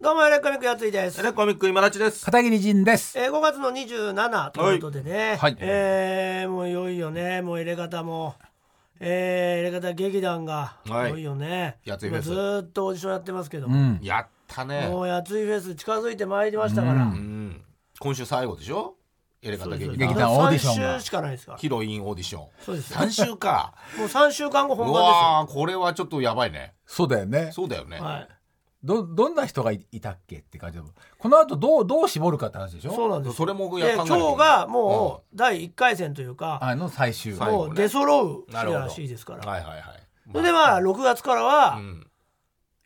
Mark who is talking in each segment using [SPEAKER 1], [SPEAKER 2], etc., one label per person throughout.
[SPEAKER 1] どうもエレコミックやついです、
[SPEAKER 2] ね、コミック今立ちです。
[SPEAKER 3] 片桐仁です。
[SPEAKER 1] えー、5月の27ということでね、
[SPEAKER 3] はい
[SPEAKER 1] えーもういよいよねもう入れ方も、えー、入れ方劇団が、
[SPEAKER 2] は
[SPEAKER 1] い、
[SPEAKER 2] い
[SPEAKER 1] よいよね
[SPEAKER 2] やついフェス
[SPEAKER 1] 今ずーっとオーディションやってますけど、
[SPEAKER 3] うん。
[SPEAKER 2] やったね。
[SPEAKER 1] もうやついフェス近づいてまいりましたから、
[SPEAKER 2] うん今週最後でしょエレガタ劇
[SPEAKER 3] 劇
[SPEAKER 2] 団
[SPEAKER 3] 団オーディションが
[SPEAKER 1] 3週しかないですから
[SPEAKER 2] ヒロインオーディション
[SPEAKER 1] そうです
[SPEAKER 2] 3週か
[SPEAKER 1] もう3週間後
[SPEAKER 2] う
[SPEAKER 1] 本番
[SPEAKER 2] わーこれはちょっとやばいね
[SPEAKER 3] そうだよね。
[SPEAKER 2] そうだよね、
[SPEAKER 1] ですよはい
[SPEAKER 3] ど、どんな人がいいたっけって感じで。この後どう、どう絞るかって話でしょ
[SPEAKER 1] そうなんです
[SPEAKER 2] それもや
[SPEAKER 1] で
[SPEAKER 2] っ
[SPEAKER 1] 今
[SPEAKER 2] ぱ
[SPEAKER 1] 日がもう第1回戦というか、
[SPEAKER 3] あの最終。
[SPEAKER 2] 最後
[SPEAKER 1] も
[SPEAKER 2] ね
[SPEAKER 1] う出揃う
[SPEAKER 2] なるほど
[SPEAKER 1] らしいですから、
[SPEAKER 2] はいはいはい
[SPEAKER 1] それでまあ6月からは、
[SPEAKER 2] うん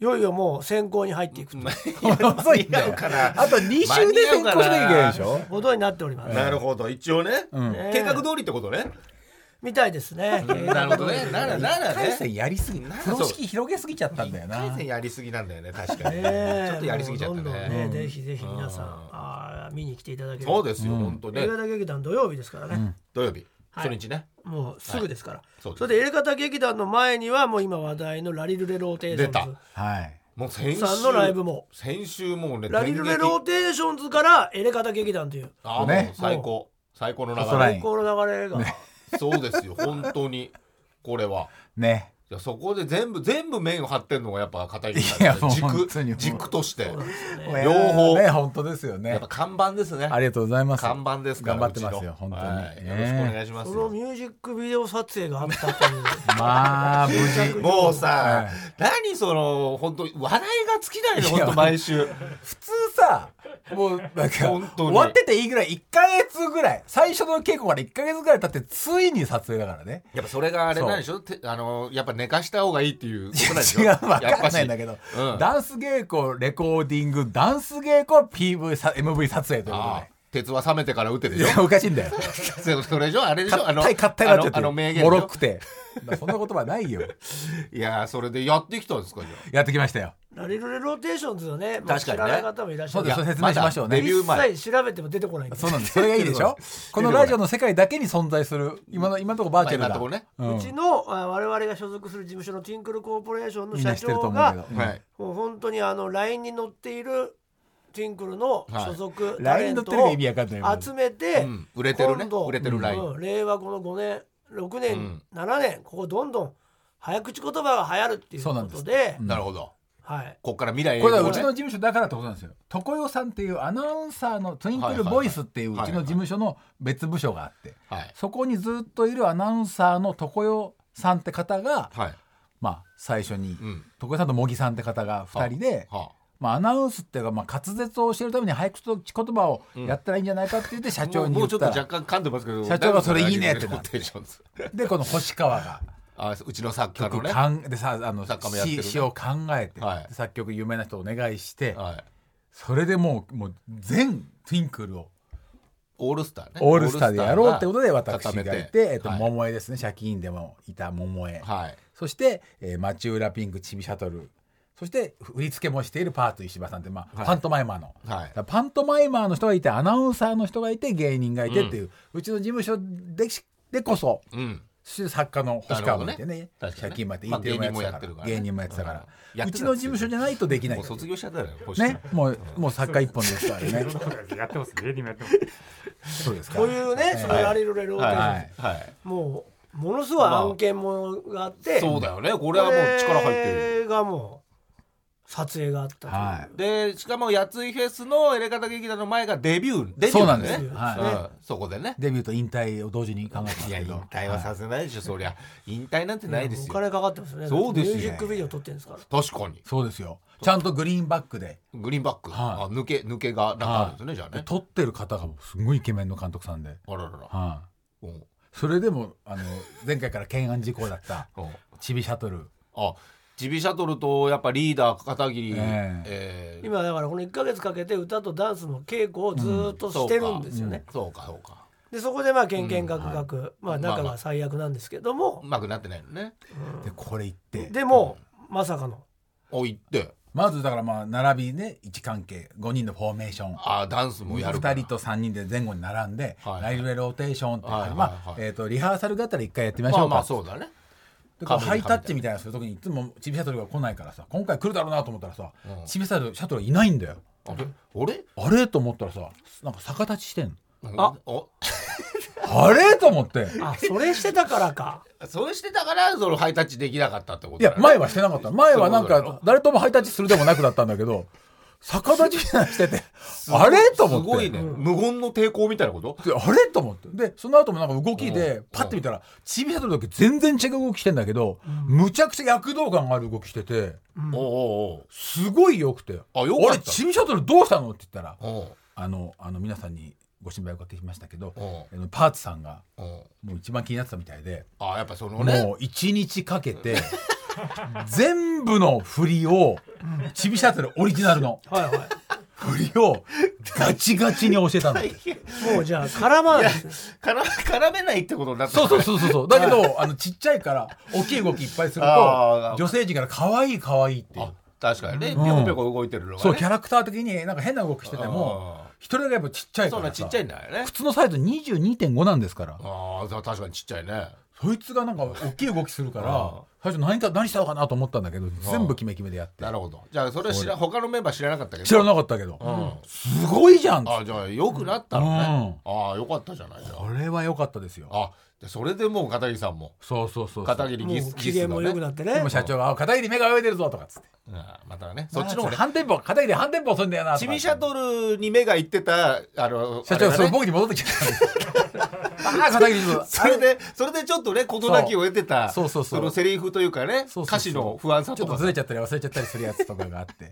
[SPEAKER 1] いよいよもう選考に入っていくという
[SPEAKER 3] 遅いんだよ。あと2週で先行しなきゃいけないでしょ
[SPEAKER 1] ことになっております、
[SPEAKER 2] なるほど一応ね、
[SPEAKER 3] うん
[SPEAKER 1] ね
[SPEAKER 2] 計画通りってことね、
[SPEAKER 1] みたいですね。
[SPEAKER 2] なるほどねならなら
[SPEAKER 3] 回
[SPEAKER 2] ね
[SPEAKER 3] 戦やりすぎ、
[SPEAKER 2] なんか
[SPEAKER 3] 風呂敷広げすぎちゃったんだよ
[SPEAKER 2] 回
[SPEAKER 3] な。
[SPEAKER 2] 戦やりすぎなんだよね確かに、
[SPEAKER 1] ね
[SPEAKER 2] ちょっとやりすぎちゃったね
[SPEAKER 1] どんどんね、
[SPEAKER 3] うん
[SPEAKER 1] ぜひぜひ皆さん
[SPEAKER 2] うん
[SPEAKER 1] あー見に来ていただければ
[SPEAKER 2] そうですよ、
[SPEAKER 3] うん
[SPEAKER 2] 本当
[SPEAKER 1] 映
[SPEAKER 2] ね
[SPEAKER 1] 画だ劇団土曜日ですからね、
[SPEAKER 2] 土曜日、
[SPEAKER 1] はい
[SPEAKER 2] 初日ね
[SPEAKER 1] もうすぐですから、
[SPEAKER 2] そうです
[SPEAKER 1] それで映画だ劇団の前にはもう今話題のラリルレローテーショ
[SPEAKER 2] 出た
[SPEAKER 1] ン
[SPEAKER 3] はい。
[SPEAKER 2] もう先
[SPEAKER 1] ズ
[SPEAKER 2] 週
[SPEAKER 1] さんのライブも
[SPEAKER 2] 先週もうね
[SPEAKER 1] ラリルレローテーションズからエレカタ劇団という
[SPEAKER 2] ああ、
[SPEAKER 3] ね
[SPEAKER 2] もう最高最高の流
[SPEAKER 3] ソライ
[SPEAKER 2] れ
[SPEAKER 3] ン
[SPEAKER 1] 最高の流れが、
[SPEAKER 2] そうです よ本当にこれは
[SPEAKER 3] ね。
[SPEAKER 2] いやそこで全部全部面を張ってるのがやっぱ片桐さん
[SPEAKER 3] いや
[SPEAKER 2] ですね
[SPEAKER 3] 本当に
[SPEAKER 2] 軸軸として
[SPEAKER 1] そうなんですよね
[SPEAKER 3] ね
[SPEAKER 2] 両方
[SPEAKER 3] ね、本当ですよ
[SPEAKER 2] や
[SPEAKER 3] ね
[SPEAKER 2] っぱ。看板ですね
[SPEAKER 3] ありがとうございます。
[SPEAKER 2] 看板ですから
[SPEAKER 3] 頑張ってますよ
[SPEAKER 2] うちの
[SPEAKER 3] 本当に
[SPEAKER 2] はい
[SPEAKER 3] ね
[SPEAKER 2] よろしくお願いします
[SPEAKER 1] そのミュージックビデオ撮影があったという
[SPEAKER 3] まあ、無事。
[SPEAKER 2] もうさ
[SPEAKER 3] はい
[SPEAKER 2] 何その本当話題が尽きないの
[SPEAKER 3] いや
[SPEAKER 2] 本当毎週
[SPEAKER 3] 普通さもうなんか
[SPEAKER 2] 本当に
[SPEAKER 3] 終わってていいぐらい1か月ぐらい最初の稽古から1か月ぐらい経ってついに撮影だからね
[SPEAKER 2] やっぱそれがあれなんでしょてあのやっぱ寝かした方がいいっていうことなんでしょ
[SPEAKER 3] 違うわ
[SPEAKER 2] やっ
[SPEAKER 3] か
[SPEAKER 2] ぱ
[SPEAKER 3] ん
[SPEAKER 2] し
[SPEAKER 3] ないんだけど、
[SPEAKER 2] うん
[SPEAKER 3] ダンス稽古レコーディングダンス稽古 PV さ MV 撮影というこ
[SPEAKER 2] ああ鉄は冷めてから打てで
[SPEAKER 3] とでい
[SPEAKER 2] し
[SPEAKER 3] や
[SPEAKER 2] ょ
[SPEAKER 3] おかしいんだよ
[SPEAKER 2] そ それでしょあれでしょあの
[SPEAKER 3] 硬い硬いなっちゃ
[SPEAKER 2] あのあの
[SPEAKER 3] っ
[SPEAKER 2] 名
[SPEAKER 3] て
[SPEAKER 2] 言
[SPEAKER 3] も
[SPEAKER 2] でし
[SPEAKER 3] ろ
[SPEAKER 2] ょ
[SPEAKER 3] くてだからそんな言葉ないよ
[SPEAKER 2] いやーそれでやってきたんですかじゃあ
[SPEAKER 3] やってきましたよ
[SPEAKER 1] ラリルレローテーションズはねまあ
[SPEAKER 2] 確かにね
[SPEAKER 1] 知らない方もいらっしゃ
[SPEAKER 3] そう
[SPEAKER 1] る
[SPEAKER 3] です
[SPEAKER 2] いや
[SPEAKER 3] 説明しましょう
[SPEAKER 2] まだ
[SPEAKER 3] ね
[SPEAKER 2] デビュー前
[SPEAKER 1] 一切調べても出てこないんです
[SPEAKER 3] そうなんですそれがいいで しょこのラジオの世界だけに存在する今の今のところバーチャル
[SPEAKER 2] まあ
[SPEAKER 3] だ、
[SPEAKER 2] 今のとこね
[SPEAKER 3] うん
[SPEAKER 1] うちのあ我々が所属する事務所のティンクルコーポレーションの
[SPEAKER 3] みんな
[SPEAKER 1] 社
[SPEAKER 3] 知ってると
[SPEAKER 1] 長
[SPEAKER 3] 思うけ
[SPEAKER 1] が
[SPEAKER 3] ど、
[SPEAKER 2] はい
[SPEAKER 1] もう本当にあの LINE に載っているティンクルの所属タレ
[SPEAKER 3] LINE
[SPEAKER 1] ン
[SPEAKER 3] の
[SPEAKER 1] ト
[SPEAKER 3] テレビ
[SPEAKER 1] を
[SPEAKER 3] 意味わかんないよ
[SPEAKER 1] 集めて
[SPEAKER 2] うん売れてるね
[SPEAKER 1] 今度
[SPEAKER 2] 売れてるライン
[SPEAKER 1] うん令和この5年6
[SPEAKER 2] う
[SPEAKER 1] 年
[SPEAKER 2] ん
[SPEAKER 1] 7年ここどんどん早口言葉が流行るっていう
[SPEAKER 3] そうな
[SPEAKER 1] こ
[SPEAKER 3] んです
[SPEAKER 1] とで
[SPEAKER 3] うん
[SPEAKER 2] なるほど
[SPEAKER 1] はい
[SPEAKER 2] こっから未来へ
[SPEAKER 3] これはうちの事務所だからってことなんですよ常世さんっていうアナウンサーのトゥインクルボイスっていうう
[SPEAKER 2] はいはい
[SPEAKER 3] ちの事務所の別部署があって
[SPEAKER 2] はい
[SPEAKER 3] そこにずっといるアナウンサーの常世さんって方が
[SPEAKER 2] はい
[SPEAKER 3] まあ最初
[SPEAKER 2] う
[SPEAKER 3] に
[SPEAKER 2] ん
[SPEAKER 3] 常世さんと茂木さんって方が2人で
[SPEAKER 2] は
[SPEAKER 3] まあアナウンスっていうかまあ滑舌を教えるために早口言葉をやったらいいんじゃないかって言って
[SPEAKER 2] あ
[SPEAKER 3] 社長
[SPEAKER 2] もう
[SPEAKER 3] に
[SPEAKER 2] も
[SPEAKER 3] 言
[SPEAKER 2] う
[SPEAKER 3] っ
[SPEAKER 2] ちょったと
[SPEAKER 3] ら
[SPEAKER 2] 若干噛んでますけど
[SPEAKER 3] 社長がそれいいねってなっ
[SPEAKER 2] テンションです
[SPEAKER 3] でこの星 川が。
[SPEAKER 2] あうちの作家の
[SPEAKER 3] 曲
[SPEAKER 2] ね
[SPEAKER 3] かんでさあの
[SPEAKER 2] 作家もやってるね
[SPEAKER 3] 詩詩を考えて、
[SPEAKER 2] はい
[SPEAKER 3] で作曲有名な人をお願いして、
[SPEAKER 2] はい
[SPEAKER 3] それでもうもう全トゥインクルを
[SPEAKER 2] オールスターね
[SPEAKER 3] オールスターでやろうってことで
[SPEAKER 2] オールスターが
[SPEAKER 3] 私がいて、えっと
[SPEAKER 2] はい
[SPEAKER 3] 桃江ですね借金でもいた桃江、
[SPEAKER 2] はい
[SPEAKER 3] そして、えー、町浦ピンクちびシャトルそして振り付けもしているパート石破さんって、まあ
[SPEAKER 2] はい
[SPEAKER 3] パントマイマーの、
[SPEAKER 2] はい
[SPEAKER 3] だからパントマイマーの人がいてアナウンサーの人がいて芸人がいてっていう、うちの事務所でしでこそ
[SPEAKER 2] うん
[SPEAKER 3] そして作家の星川もいてね
[SPEAKER 2] なるほどね確かにね
[SPEAKER 3] 借金もやってイ
[SPEAKER 2] まあ
[SPEAKER 3] ンテリもやってたから
[SPEAKER 2] 芸
[SPEAKER 3] 芸
[SPEAKER 2] 人
[SPEAKER 3] 人
[SPEAKER 2] も
[SPEAKER 3] も
[SPEAKER 2] やった
[SPEAKER 3] やっててた
[SPEAKER 2] か
[SPEAKER 3] からら
[SPEAKER 2] うんやって
[SPEAKER 3] う
[SPEAKER 2] た
[SPEAKER 3] ちの事務所じゃないとできない
[SPEAKER 2] もう卒業しちゃったよ星
[SPEAKER 3] ねもうもう作家一本ですか らね
[SPEAKER 4] やってます芸人もやってます
[SPEAKER 3] そうですか
[SPEAKER 1] こういうねそのラリルレローテー
[SPEAKER 2] はい
[SPEAKER 1] ションズ
[SPEAKER 2] はいはい
[SPEAKER 1] もうものすごい案件ものがあって、
[SPEAKER 2] そうだよねこれはもう力入ってる
[SPEAKER 1] これがもう撮影があったという
[SPEAKER 3] はい
[SPEAKER 2] でしかもやついフェスのエレガタ劇団の前がデビューデビューね
[SPEAKER 3] そうなんです
[SPEAKER 1] よ
[SPEAKER 3] はい
[SPEAKER 2] うんそこでね
[SPEAKER 3] デビューと引退を同時に考えてたん
[SPEAKER 2] い
[SPEAKER 3] で
[SPEAKER 2] や
[SPEAKER 3] すけ
[SPEAKER 2] 引
[SPEAKER 3] ど
[SPEAKER 2] 退はさせないでしょそりゃ引退なんてないです
[SPEAKER 1] お
[SPEAKER 2] よ
[SPEAKER 1] 金かかってますよね
[SPEAKER 2] そうですよ
[SPEAKER 1] ミュージックビデオ撮ってるんですから
[SPEAKER 2] 確かに
[SPEAKER 3] そうですよちゃんとグリーンバックで
[SPEAKER 2] グリーンバック、
[SPEAKER 3] はい
[SPEAKER 2] あ抜け抜けがなんかあるんですね、じゃあ
[SPEAKER 3] で
[SPEAKER 2] ね
[SPEAKER 3] 撮ってる方がすごいイケメンの監督さんで、
[SPEAKER 2] あららら、
[SPEAKER 3] は
[SPEAKER 2] うん
[SPEAKER 3] い、それでもあの 前回から懸案事項 だった
[SPEAKER 2] うん
[SPEAKER 3] ちびシャトル
[SPEAKER 2] あチビシャトルとやっぱリーダー片桐、
[SPEAKER 3] え
[SPEAKER 2] えー
[SPEAKER 1] 今だからこの1か月かけて歌とダンスの稽古をずーっとしてるんですよね、
[SPEAKER 2] そうかそうか
[SPEAKER 1] でそこでまあケンケンガクガク、まあ仲が最悪なんですけども
[SPEAKER 2] う、まくなってないのね
[SPEAKER 3] でこれ行って
[SPEAKER 1] でもまさかの
[SPEAKER 2] お行って
[SPEAKER 3] まずだからまあ並びね位置関係5人のフォーメーション
[SPEAKER 2] あダンスもやる
[SPEAKER 3] 2人と3人で前後に並んで、
[SPEAKER 2] はい
[SPEAKER 3] ライブでローテーションって、
[SPEAKER 2] はいはいはい
[SPEAKER 3] まあ、えー、とリハーサルがあったら1回やってみまし
[SPEAKER 2] ま
[SPEAKER 3] ょ
[SPEAKER 2] あ
[SPEAKER 3] うか、
[SPEAKER 2] まあそうだね
[SPEAKER 3] だ
[SPEAKER 2] カ
[SPEAKER 3] から
[SPEAKER 2] モ
[SPEAKER 3] ハ
[SPEAKER 2] メ
[SPEAKER 3] イタッチみたいなのする時にいつもチビシャトルが来ないからさ今回来るだろうなと思ったらさ、チビシャトルシャトルいないんだよ
[SPEAKER 2] あれ俺
[SPEAKER 3] あれと思ったらさなんか逆立ち してんの
[SPEAKER 1] あ
[SPEAKER 2] お
[SPEAKER 3] あれと思って
[SPEAKER 1] あそれしてたから か
[SPEAKER 2] そうしてたからそのハイタッチできなかったってこと
[SPEAKER 3] い
[SPEAKER 2] だよ
[SPEAKER 3] や
[SPEAKER 2] ね
[SPEAKER 3] 前はしてなかった前はなん
[SPEAKER 2] そういうことだ
[SPEAKER 3] か
[SPEAKER 2] ろ
[SPEAKER 3] 誰ともハイタッチするでもなくだったんだ けど逆立ちしててあれと思って
[SPEAKER 2] すごいね、無言の抵抗みたいなこと
[SPEAKER 3] であれと思ってでその後もなんか動きでパッて見たらチビシャトルだけ全然違う動きしてんだけど、むちゃくちゃ躍動感がある動きしてて
[SPEAKER 2] おう
[SPEAKER 3] すごい良くて「
[SPEAKER 2] あ良かった
[SPEAKER 3] れチビシャトルどうしたの?」って言ったら
[SPEAKER 2] おうおう
[SPEAKER 3] あのあの皆さんにご心配おかけしましたけど、
[SPEAKER 2] お
[SPEAKER 3] あのパーツさんが
[SPEAKER 2] うおう
[SPEAKER 3] もう一番気になってたみたいで、
[SPEAKER 2] あやっぱそのね
[SPEAKER 3] もう一日かけて全部の振りをチビシャトルオリジナルの
[SPEAKER 1] はいは
[SPEAKER 3] 振りをガチガチに教えたの。
[SPEAKER 1] いもうじゃあ空回りですね
[SPEAKER 2] から 絡めないってことになって
[SPEAKER 3] そうそう
[SPEAKER 2] う
[SPEAKER 3] そうそうそう。だけど、あの、ちっちゃいから、大きい動きいっぱいする
[SPEAKER 2] あ
[SPEAKER 3] と
[SPEAKER 2] ー、
[SPEAKER 3] 女性陣から可愛い可愛いっていう
[SPEAKER 2] あ。確かにねぴ
[SPEAKER 3] ん
[SPEAKER 2] ょこぴょこ動いてるのがね
[SPEAKER 3] そう、キャラクター的になんか変な動きしてても
[SPEAKER 2] あー、
[SPEAKER 3] 一人がやっぱちっちゃいか
[SPEAKER 2] そ
[SPEAKER 3] ら
[SPEAKER 2] ん
[SPEAKER 3] さ。
[SPEAKER 2] なちっちゃいんだよね
[SPEAKER 3] 靴のサイズ22.5なんですから。
[SPEAKER 2] ああ確かにちっちゃいね
[SPEAKER 3] そいつがなんか大きい動きするか
[SPEAKER 2] あ
[SPEAKER 3] ら、最初何か、何したのかなと思ったんだけど、全部キメキメでやって
[SPEAKER 2] な。るほどじゃあそれは知ら他のメンバー知らなかったけど
[SPEAKER 3] 知らなかったけど、
[SPEAKER 2] うん
[SPEAKER 3] すごいじゃん
[SPEAKER 2] あ
[SPEAKER 3] こ
[SPEAKER 2] じゃあ良くなったのね、ああよかったじゃないじゃあ
[SPEAKER 3] れは良かったですよ。
[SPEAKER 2] あじゃあそれでもう片桐さんも
[SPEAKER 3] そうそうそうそう。
[SPEAKER 2] 片桐
[SPEAKER 1] も
[SPEAKER 2] ギ
[SPEAKER 1] う
[SPEAKER 2] ス
[SPEAKER 1] 機
[SPEAKER 2] ギ
[SPEAKER 1] 嫌
[SPEAKER 2] ス
[SPEAKER 1] も
[SPEAKER 2] の
[SPEAKER 1] 良くな
[SPEAKER 2] ね
[SPEAKER 1] って
[SPEAKER 3] で
[SPEAKER 1] ね
[SPEAKER 3] も社長が、あ片桐目が泳いでるぞとかっつって。
[SPEAKER 2] うんまたねそっちの方ね
[SPEAKER 3] 反転棒、片桐反転棒すんだよなとか
[SPEAKER 2] チ
[SPEAKER 3] 言って。
[SPEAKER 2] ビシャトルに目がいってたあの
[SPEAKER 3] 社長、
[SPEAKER 2] あれ
[SPEAKER 3] そ
[SPEAKER 2] が
[SPEAKER 3] れ
[SPEAKER 2] ね
[SPEAKER 3] 僕に戻ってき た。ああ、片桐君。
[SPEAKER 2] それでそれでちょっとね事なきを得てた
[SPEAKER 3] そうそうそうそう
[SPEAKER 2] のセリフというかね
[SPEAKER 3] そうそうそう
[SPEAKER 2] 歌詞の不安さ
[SPEAKER 3] ち
[SPEAKER 2] と
[SPEAKER 3] ょっと
[SPEAKER 2] か
[SPEAKER 3] ずれちゃったり忘れちゃったりするやつとかがあって。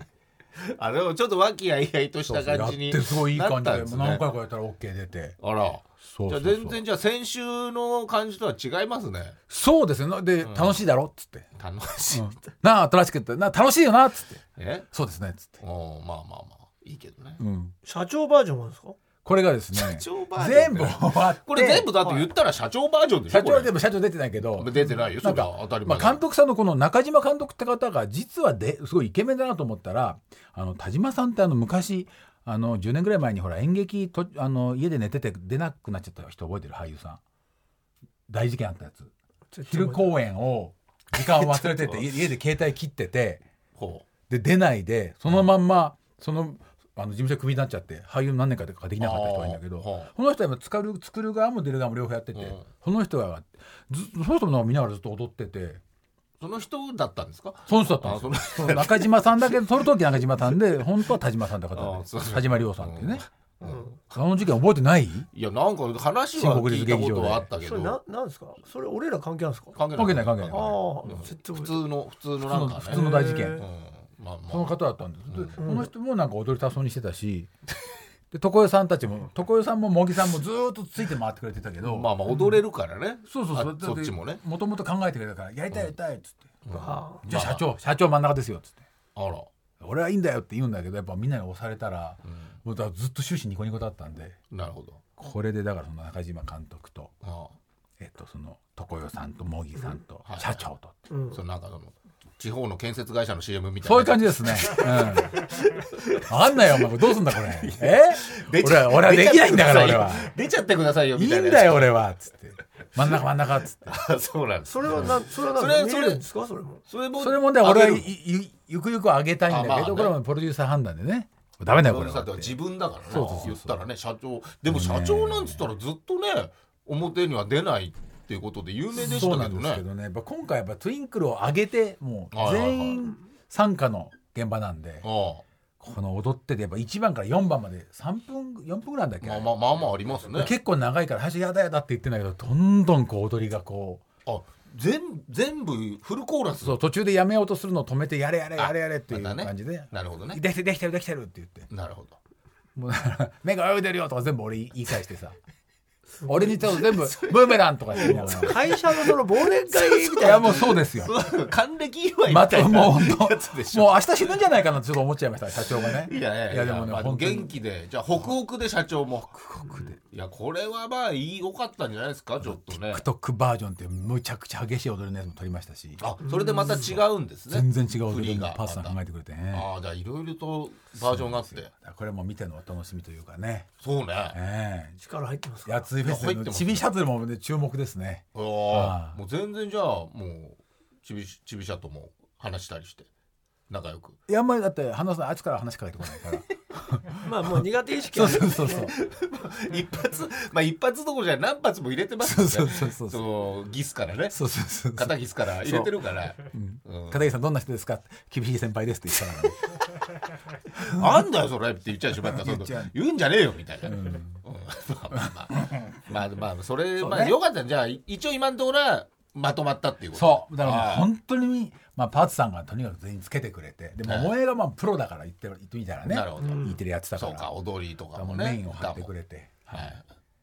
[SPEAKER 2] あでもちょっと和気あいあいとした
[SPEAKER 3] や
[SPEAKER 2] 感
[SPEAKER 3] っ
[SPEAKER 2] じに
[SPEAKER 3] てすごいいい
[SPEAKER 2] な
[SPEAKER 3] 感
[SPEAKER 2] っ
[SPEAKER 3] じ
[SPEAKER 2] たんで
[SPEAKER 3] で、も
[SPEAKER 2] す
[SPEAKER 3] う何
[SPEAKER 2] ね
[SPEAKER 3] 回かやったら OK 出て。
[SPEAKER 2] あら
[SPEAKER 3] そう
[SPEAKER 2] じ
[SPEAKER 3] そ
[SPEAKER 2] ゃあ
[SPEAKER 3] うそう
[SPEAKER 2] 全然じゃあ先週の感じとは違いますね
[SPEAKER 3] そうですね。で、楽しいだろっつって。
[SPEAKER 2] 楽しい
[SPEAKER 3] なあ、新しくって、なあ、楽しいよなっつって。
[SPEAKER 2] え
[SPEAKER 3] そうですね、つって。
[SPEAKER 2] おまあまあまあいいけどね
[SPEAKER 3] うん。
[SPEAKER 1] 社長バージョンなんですか
[SPEAKER 3] これがですね、
[SPEAKER 2] 長バージョン
[SPEAKER 3] 全部終わって。
[SPEAKER 2] これ全部だって言ったら社長バージョンでしょ
[SPEAKER 3] 社長は
[SPEAKER 2] これ
[SPEAKER 3] でも社長出てないけど、
[SPEAKER 2] 出てないよそ
[SPEAKER 3] なん
[SPEAKER 2] れ
[SPEAKER 3] か
[SPEAKER 2] は当たり
[SPEAKER 3] ま
[SPEAKER 2] 前
[SPEAKER 3] あ、監督さんのこの中島監督って方が実はですごいイケメンだなと思ったらあの田島さんってあの昔あの10年ぐらい前にほら演劇とあの家で寝てて出なくなっちゃった人覚えてる俳優さん大事件あったやつ昼公演を時間を忘 れてて家家で携帯切ってて
[SPEAKER 2] ほう
[SPEAKER 3] で出ないでそのまんまそのあの事務所クビになっちゃって俳優何年かとかできなかった人がいるんだけど
[SPEAKER 2] あーはい
[SPEAKER 3] この人は今作る作る側も出る側も両方やってて、
[SPEAKER 2] うん
[SPEAKER 3] その人がずその人もなんか見ながらずっと踊ってて。
[SPEAKER 2] その人だったんですか
[SPEAKER 3] その人だったんです
[SPEAKER 2] あ
[SPEAKER 3] よそう中島さんだけど、その時中島さん で、本当は田島さんだか
[SPEAKER 2] あ
[SPEAKER 3] ら、
[SPEAKER 2] そうそう
[SPEAKER 3] 田島亮さんっていうね。
[SPEAKER 2] うん
[SPEAKER 3] あの事件覚えてない
[SPEAKER 2] いやなんか話は聞いたことはあったけ
[SPEAKER 1] それな
[SPEAKER 2] ど
[SPEAKER 1] なんですかそれ俺ら関係なんですか
[SPEAKER 2] 関係
[SPEAKER 3] 関係ない関係ない
[SPEAKER 1] ああ、説得
[SPEAKER 2] 普通の普通のなんかね
[SPEAKER 3] 普通の大事
[SPEAKER 2] う
[SPEAKER 3] 件。
[SPEAKER 2] んまあ
[SPEAKER 3] その
[SPEAKER 2] ま
[SPEAKER 3] 方だったんです。で、この人もなんか踊りたそうにしてたし、で、床代さんたちも、床代さんも茂木さんもずーっとついて回ってくれてたけ
[SPEAKER 2] あ
[SPEAKER 3] ど、
[SPEAKER 2] まあまあ踊れるからね
[SPEAKER 3] そうそうそ
[SPEAKER 2] あ
[SPEAKER 3] う。
[SPEAKER 2] そっちもね
[SPEAKER 3] もともと考えてくれたから、やりたいやりたいっつって。
[SPEAKER 1] あ
[SPEAKER 3] じゃあ社長、社長真ん中ですよっつって。
[SPEAKER 2] あら
[SPEAKER 3] 俺はいいんだよって言うんだけど、やっぱみんなに押されたら、もうだからずっと終始ニコニコだったんで、
[SPEAKER 2] なるほど
[SPEAKER 3] これでだからその中島監督と、
[SPEAKER 2] あ
[SPEAKER 3] えっと、その常世さんと茂木さんと
[SPEAKER 2] はい
[SPEAKER 3] 社長と、
[SPEAKER 1] あうん
[SPEAKER 2] あそのなんかその地方の建設会社の CM みたいな
[SPEAKER 3] そういう感じですね。うん、分かんないよ、お前、どうすんだ、これ。え
[SPEAKER 2] 出ち
[SPEAKER 3] 俺
[SPEAKER 2] ゃ
[SPEAKER 3] は、俺はできないんだから、俺は。
[SPEAKER 2] 出ちゃってくださいよ
[SPEAKER 3] い
[SPEAKER 2] み
[SPEAKER 3] い
[SPEAKER 2] たいなん
[SPEAKER 3] だよ、俺は。つって。真ん中、真ん中、つって。
[SPEAKER 2] あ そうなんです
[SPEAKER 1] それはなそれはなん
[SPEAKER 2] そ
[SPEAKER 1] か
[SPEAKER 2] れ
[SPEAKER 1] 見れるんですかそれも
[SPEAKER 2] それも
[SPEAKER 3] それもね、俺は
[SPEAKER 2] あげ
[SPEAKER 3] ゆ
[SPEAKER 2] る
[SPEAKER 3] ゆゆくゆくは上げたいんだけど、
[SPEAKER 2] あまあね
[SPEAKER 3] これはプロデューサー判断でね。ダメだよ、これ
[SPEAKER 2] だ
[SPEAKER 3] は
[SPEAKER 2] って。自分だからね
[SPEAKER 3] そうそうそう
[SPEAKER 2] 言ったらね社長でも社長なんつったらずっとね表には出ないっていうことで有名でし
[SPEAKER 3] そう
[SPEAKER 2] た
[SPEAKER 3] な
[SPEAKER 2] けど
[SPEAKER 3] んですけ
[SPEAKER 2] ね
[SPEAKER 3] どね、やっぱ今回、やっぱトゥインクルを上げて、もう全員参加の現場なんで、
[SPEAKER 2] あ
[SPEAKER 3] この踊ってて、やっぱ1番から4番まで3分、4分ぐらいなんだっ
[SPEAKER 2] あ
[SPEAKER 3] け
[SPEAKER 2] まあまあまあまあありますね
[SPEAKER 3] 結構長いから最初「やだやだ」って言ってんだけどどんどんこう踊りがこう
[SPEAKER 2] あ全全部フルコーラス
[SPEAKER 3] そう途中でやめようとするのを止めて「やれやれやれやれ」っていう
[SPEAKER 2] またね
[SPEAKER 3] 感じで
[SPEAKER 2] なるほど
[SPEAKER 3] 「
[SPEAKER 2] ね
[SPEAKER 3] できてるできてるできてる」って言って
[SPEAKER 2] なるほど
[SPEAKER 3] もう だから「目が泳いでるよ」とか全部俺言い返してさ「俺にとって全部ブーメラン」とか言いながら
[SPEAKER 1] 会社のその忘年会み
[SPEAKER 3] い
[SPEAKER 1] たい
[SPEAKER 3] や
[SPEAKER 1] な
[SPEAKER 3] もうそうですよ
[SPEAKER 2] そう還暦祝いみ
[SPEAKER 3] ま
[SPEAKER 2] た
[SPEAKER 3] た
[SPEAKER 2] い
[SPEAKER 3] もう
[SPEAKER 2] な
[SPEAKER 3] 本当もう
[SPEAKER 2] やつでしょ
[SPEAKER 3] 明日死ぬんじゃないかなってちょっと思っちゃいました社長がね
[SPEAKER 2] いやいやい
[SPEAKER 3] い
[SPEAKER 2] や
[SPEAKER 3] やでもね
[SPEAKER 2] まあ
[SPEAKER 3] 本当
[SPEAKER 2] 元
[SPEAKER 3] に
[SPEAKER 2] 気でじゃあ北北で社長も北北でいやこれはまあいい良かったんじゃないですかちょっとね
[SPEAKER 3] TikTok バージョンってむちゃくちゃ激しい踊りのやつも撮りましたし
[SPEAKER 2] あそれでまた違うんですね
[SPEAKER 3] 全然違う
[SPEAKER 2] フ
[SPEAKER 3] 踊
[SPEAKER 2] リ
[SPEAKER 3] り
[SPEAKER 2] ー
[SPEAKER 3] の
[SPEAKER 2] が
[SPEAKER 3] パーツさん考えてくれてね
[SPEAKER 2] ああじゃあいろいろとバージョンがあって
[SPEAKER 3] これも見てのお楽しみというかね
[SPEAKER 2] そうね
[SPEAKER 3] ええ
[SPEAKER 1] 力入ってますか
[SPEAKER 3] やついフェス
[SPEAKER 2] いや入って
[SPEAKER 3] の
[SPEAKER 2] ます
[SPEAKER 3] チビシャトルも、ね、注目ですね。
[SPEAKER 2] うわ
[SPEAKER 3] あ
[SPEAKER 2] ーもう全然じゃあもうちびしちびしゃとも話したりして仲 良く
[SPEAKER 3] いやあんまりだって花さんあいつから話しかけてこないから
[SPEAKER 1] まあもう苦手意識
[SPEAKER 3] そう
[SPEAKER 1] はね
[SPEAKER 3] そうそうそう
[SPEAKER 2] 一発まあ一発どころじゃ何発も入れてますからね
[SPEAKER 3] そうそうそうそう
[SPEAKER 2] のギスからね
[SPEAKER 3] そうそうそうそう
[SPEAKER 2] 肩ギスから入れてるから、
[SPEAKER 3] うん
[SPEAKER 2] うん
[SPEAKER 3] 片桐さんどんな人ですか厳しい先輩ですって言ったからね
[SPEAKER 2] あんだよそれって言っちゃうしまったそ
[SPEAKER 3] 言
[SPEAKER 2] の
[SPEAKER 3] っちゃう
[SPEAKER 2] 言うんじゃねえよみたいな、
[SPEAKER 3] う
[SPEAKER 2] うんんまあまあ まあまあまあそれ
[SPEAKER 3] そうね
[SPEAKER 2] まあよかったじゃあ一応今のところはまとまったっていうこと
[SPEAKER 3] そうだからね
[SPEAKER 2] あー
[SPEAKER 3] 本当に、まあ、パーツさんがとにかく全員つけてくれてでも
[SPEAKER 2] はい
[SPEAKER 3] 萌えがまあプロだから言ってる言ってみたらね
[SPEAKER 2] なるほど、
[SPEAKER 3] 言ってるやってたか
[SPEAKER 2] そう
[SPEAKER 3] ら
[SPEAKER 2] か踊りと
[SPEAKER 3] だか
[SPEAKER 2] からも
[SPEAKER 3] もう
[SPEAKER 2] ね
[SPEAKER 3] メインを張ってくれて、
[SPEAKER 2] 歌もはい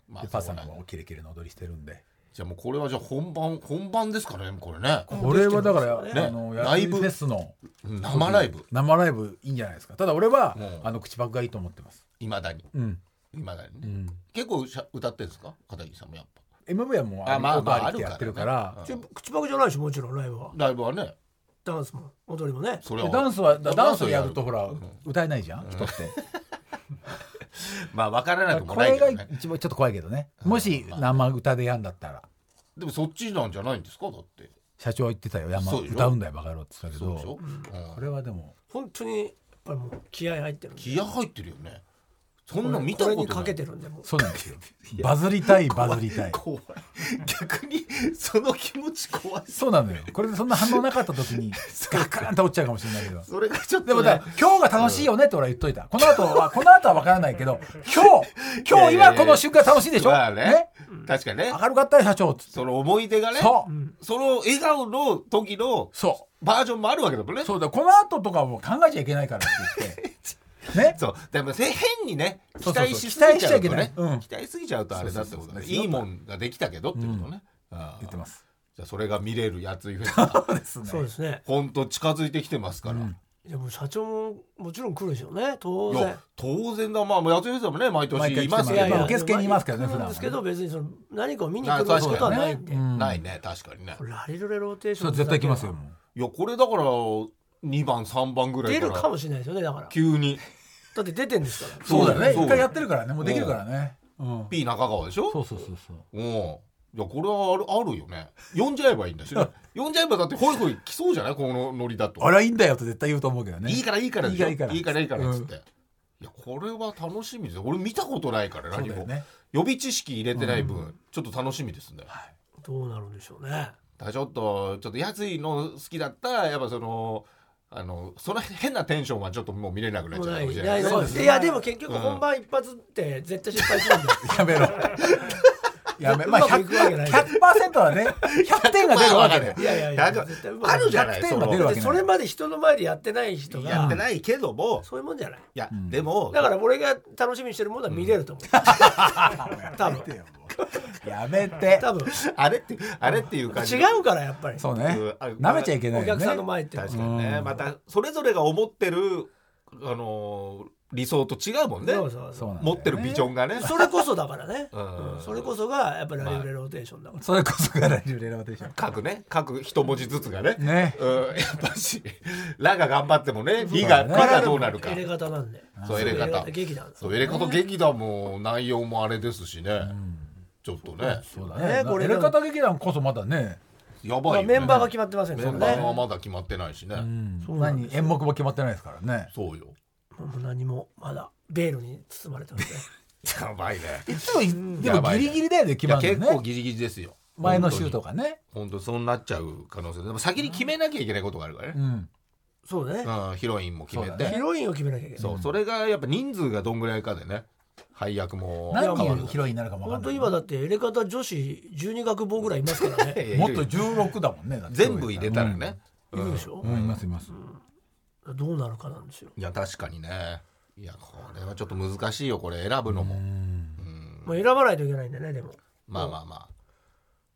[SPEAKER 2] ま
[SPEAKER 3] で
[SPEAKER 2] あ
[SPEAKER 3] パーツさん
[SPEAKER 2] そうなんだ
[SPEAKER 3] もキレキレの踊りしてるんで
[SPEAKER 2] じゃあもうこれはじゃあ本番本番ですからねこれね
[SPEAKER 3] これはだから、
[SPEAKER 1] ね
[SPEAKER 3] あのや
[SPEAKER 2] ライブ
[SPEAKER 3] フェスの
[SPEAKER 2] 生ライブ
[SPEAKER 3] 生ライブいいんじゃないですかただ俺は、
[SPEAKER 2] うん
[SPEAKER 3] あの口パクがいいと思ってます
[SPEAKER 2] いまだに
[SPEAKER 3] うん、
[SPEAKER 2] いまだに
[SPEAKER 3] う
[SPEAKER 2] ね、
[SPEAKER 3] ん、
[SPEAKER 2] 結構しゃ歌ってるんですか片桐さんもやっぱ
[SPEAKER 3] MV はもう
[SPEAKER 2] あまあ
[SPEAKER 3] オーバー
[SPEAKER 2] まあ
[SPEAKER 3] リーってやってるか
[SPEAKER 2] あるかららね
[SPEAKER 1] ち口パクじゃないしもちろんライブは
[SPEAKER 2] ライブはね
[SPEAKER 1] ダンスも踊りもね
[SPEAKER 2] それ
[SPEAKER 3] で
[SPEAKER 2] は
[SPEAKER 3] ダンスはだダンスをやる
[SPEAKER 2] ダ
[SPEAKER 3] と
[SPEAKER 2] ンス
[SPEAKER 3] ほら、歌えないじゃん、人って
[SPEAKER 2] まあ分から なくも
[SPEAKER 3] こ
[SPEAKER 2] ない
[SPEAKER 3] れ
[SPEAKER 2] け
[SPEAKER 3] が
[SPEAKER 2] どね
[SPEAKER 3] 一番ちょっと怖いけどね、もし
[SPEAKER 2] まあ
[SPEAKER 3] 生歌でやんだったら
[SPEAKER 2] でもそっちなんじゃないんですかだって
[SPEAKER 3] 社長は言ってたよ山
[SPEAKER 2] そうでしょ
[SPEAKER 3] 歌うんだよバカ野郎って言ってた
[SPEAKER 2] そうで
[SPEAKER 3] け
[SPEAKER 2] し
[SPEAKER 3] ど
[SPEAKER 2] ょ、うん
[SPEAKER 3] これはでも
[SPEAKER 1] 本当にやっぱりもう気合入ってるんで
[SPEAKER 2] 気合入ってるよねそんな見たことない
[SPEAKER 1] これにかけ てるんでもう
[SPEAKER 3] そうなんですよバズりたいバズりたい
[SPEAKER 2] 怖い逆にその気持ち怖い
[SPEAKER 3] そうなのよこれでそんな反応なかった時 にガカーンと落ちちゃうかもしれないけど
[SPEAKER 2] それがちょっ
[SPEAKER 3] でも
[SPEAKER 2] と、
[SPEAKER 3] だ
[SPEAKER 2] ね
[SPEAKER 3] か、ら今日が楽しいよねって俺は言っといたこの後はこの後は分からないけど今日今
[SPEAKER 2] い
[SPEAKER 3] 日
[SPEAKER 2] やいやい
[SPEAKER 3] 今
[SPEAKER 2] や
[SPEAKER 3] この瞬間楽しいでしょ
[SPEAKER 2] まあね
[SPEAKER 3] ね
[SPEAKER 2] 確かにね
[SPEAKER 3] 明るかったよ社長っつって
[SPEAKER 2] その思い出がね
[SPEAKER 3] そう
[SPEAKER 2] その笑顔の時の
[SPEAKER 3] そ
[SPEAKER 2] バージョンもあるわけだもんね
[SPEAKER 3] うそうだこの後とかも考えちゃいけないからって言ってね
[SPEAKER 2] そうでもせ変にね期
[SPEAKER 3] そうそうそう
[SPEAKER 2] 待しすぎちゃう
[SPEAKER 3] 期待しちゃいけ
[SPEAKER 2] と
[SPEAKER 3] ない
[SPEAKER 2] ね
[SPEAKER 3] うん
[SPEAKER 2] 期待しすぎちゃうとあれだってこと
[SPEAKER 3] そうそう
[SPEAKER 2] ね
[SPEAKER 3] そう
[SPEAKER 2] いいもんができたけどってことね、ああ
[SPEAKER 3] 言ってます
[SPEAKER 2] じゃあそれが見れるやつい フェスが
[SPEAKER 3] そうですね
[SPEAKER 1] そうですね
[SPEAKER 2] ほんと近づいてきてますから、
[SPEAKER 3] うん
[SPEAKER 1] でも社長ももちろん来るでしょうね当
[SPEAKER 2] い
[SPEAKER 1] 然
[SPEAKER 2] や当然だまあやついフェスだもんね毎
[SPEAKER 3] 毎
[SPEAKER 2] 年
[SPEAKER 3] 回
[SPEAKER 2] いますけ
[SPEAKER 3] いや
[SPEAKER 2] ど
[SPEAKER 3] いや受付にいますけどね
[SPEAKER 1] 来る
[SPEAKER 3] 普
[SPEAKER 1] ん
[SPEAKER 3] 段はね
[SPEAKER 1] ですけど別にその何かを見に来ることはないんで、
[SPEAKER 3] あ確かにねうん
[SPEAKER 2] ないね確かにね
[SPEAKER 1] これラリルレローテーショ
[SPEAKER 3] それ
[SPEAKER 1] ン
[SPEAKER 3] 絶対来ますよもう
[SPEAKER 2] いやこれだから2番3番ぐらい
[SPEAKER 1] 出
[SPEAKER 2] から
[SPEAKER 1] るかもしれないですよねだから
[SPEAKER 2] 急に
[SPEAKER 1] だって出てんですから
[SPEAKER 2] そうだよね
[SPEAKER 3] 一回やってるからねもうできるからねうん
[SPEAKER 2] P 中川でしょ
[SPEAKER 3] そうそうそうそう
[SPEAKER 2] うんいやこれはあるあるよね呼んじゃえばいいんだ しね呼んじゃえばだってホイホイ来そうじゃないこのノリだと
[SPEAKER 3] 俺はいいんだよって絶対言うと思うけどね
[SPEAKER 2] いいからいいからでしょ
[SPEAKER 3] いいからい
[SPEAKER 2] い
[SPEAKER 3] い
[SPEAKER 2] い
[SPEAKER 3] か
[SPEAKER 2] かららいいからっつって、いやこれは楽しみです俺見たことないから
[SPEAKER 3] そう
[SPEAKER 2] 何
[SPEAKER 3] だよ
[SPEAKER 2] も、
[SPEAKER 3] ね
[SPEAKER 2] 予備知識入れてない分、ちょっと楽しみですね
[SPEAKER 1] どうなるんでしょうね
[SPEAKER 2] だからちょっとちょっとやついの好きだったやっぱそのあのその変なテンションはちょっともう見れなくなっ
[SPEAKER 1] もう
[SPEAKER 2] ちゃう
[SPEAKER 1] な
[SPEAKER 2] か
[SPEAKER 1] い
[SPEAKER 2] もしれ
[SPEAKER 1] な
[SPEAKER 2] ない
[SPEAKER 1] い
[SPEAKER 2] ね
[SPEAKER 3] そうですね
[SPEAKER 1] いやでも結局本番一発って絶対失敗するんで
[SPEAKER 3] やめろ。やめ、まあ、
[SPEAKER 1] うまくいくわけない
[SPEAKER 3] 100%はね、100点が出るわけだよ。
[SPEAKER 1] いやいやい
[SPEAKER 2] いや
[SPEAKER 1] や
[SPEAKER 2] でも
[SPEAKER 1] 絶対うまく
[SPEAKER 2] あるじゃないそ
[SPEAKER 3] 100点が
[SPEAKER 2] の
[SPEAKER 3] 出るわ
[SPEAKER 1] でそれまで人の前でやってない人が
[SPEAKER 2] やってないけども
[SPEAKER 1] そういうもんじゃない
[SPEAKER 2] いや、
[SPEAKER 3] ん
[SPEAKER 2] でも
[SPEAKER 1] だから俺が楽しみにしてるものは見れると思う、多分
[SPEAKER 3] やめて。
[SPEAKER 1] 多分
[SPEAKER 2] あれってあれっていう感じ
[SPEAKER 1] 違うからやっぱり
[SPEAKER 3] そうね
[SPEAKER 2] うんあ。
[SPEAKER 3] 舐めちゃいけない
[SPEAKER 1] お
[SPEAKER 3] よ
[SPEAKER 1] 客
[SPEAKER 3] ね。
[SPEAKER 1] さんの前って
[SPEAKER 2] 確かにね、
[SPEAKER 3] うん
[SPEAKER 2] またそれぞれが思ってるあのー理想と違うもんね
[SPEAKER 1] そうそう
[SPEAKER 3] そ
[SPEAKER 1] そうう
[SPEAKER 3] なんだよね
[SPEAKER 2] 持ってるビジョンがね
[SPEAKER 1] それこそだからね、
[SPEAKER 2] うん
[SPEAKER 1] うんそれこそがやっぱりライブレローテーションだから、
[SPEAKER 3] それこそがラジオレラバテーショ
[SPEAKER 2] 書くね書く一文字ずつがね
[SPEAKER 3] ン。ね。
[SPEAKER 2] うんやっぱし「ら」が頑張ってもね「り」が「
[SPEAKER 3] そうだね
[SPEAKER 2] り」がどうなるか
[SPEAKER 1] 入れ方なんで
[SPEAKER 2] そう入れ方
[SPEAKER 1] 劇団
[SPEAKER 2] そう入れ方劇団も内容もあれですしねちょっとね
[SPEAKER 3] そうだね。
[SPEAKER 1] ねこれ
[SPEAKER 3] 入れ方劇団こそまだね。
[SPEAKER 2] や
[SPEAKER 1] ま
[SPEAKER 2] ば
[SPEAKER 1] あ、
[SPEAKER 2] いよね
[SPEAKER 1] メンバーが決まってませんか
[SPEAKER 2] メ
[SPEAKER 1] ら
[SPEAKER 2] ン
[SPEAKER 1] ね
[SPEAKER 2] バーがまだ決まってないしね
[SPEAKER 3] うん
[SPEAKER 1] そうなん
[SPEAKER 3] 何演目も決まってないですからね。
[SPEAKER 2] そうよ
[SPEAKER 1] もう何もまだベールに包まれて ますね
[SPEAKER 2] やばいね
[SPEAKER 3] いつもい、で
[SPEAKER 2] や
[SPEAKER 3] も
[SPEAKER 2] ばいね
[SPEAKER 3] ギリギリだよね、決
[SPEAKER 2] い
[SPEAKER 3] ま
[SPEAKER 2] や
[SPEAKER 3] る
[SPEAKER 2] 結
[SPEAKER 3] の
[SPEAKER 2] 構
[SPEAKER 3] ね。
[SPEAKER 2] ギリギリですよ
[SPEAKER 3] 前の週とかね。
[SPEAKER 2] 本当にそうなっちゃう可能性でも先に決めなきゃいけないことがあるから
[SPEAKER 3] う
[SPEAKER 2] ね、
[SPEAKER 3] ん。
[SPEAKER 1] そうね、
[SPEAKER 2] うん、ヒロインも決め
[SPEAKER 3] そう
[SPEAKER 2] て
[SPEAKER 3] だ
[SPEAKER 2] そう,、
[SPEAKER 1] ヒロインを決めなきゃいけない
[SPEAKER 2] それがやっぱ人数がどんぐらいかでね配役も
[SPEAKER 3] 何
[SPEAKER 2] 変わる
[SPEAKER 3] 人ヒロインになるかもわ
[SPEAKER 1] 本
[SPEAKER 3] か
[SPEAKER 1] 当
[SPEAKER 3] んない。
[SPEAKER 1] 今だって入れ方女子12学坊ぐらいいますからね
[SPEAKER 2] いやいや
[SPEAKER 3] もっと16だもんね。だって
[SPEAKER 2] 全部入れたらね、
[SPEAKER 1] いるでしょ
[SPEAKER 3] う、ん。うん、いますいます。
[SPEAKER 1] どうなるかなんですよ、
[SPEAKER 2] いや確かにねいやこれはちょっと難しいよこれ選ぶのも、
[SPEAKER 3] うん。
[SPEAKER 1] まあ、選ばないといけないんでねでも
[SPEAKER 2] まあまあま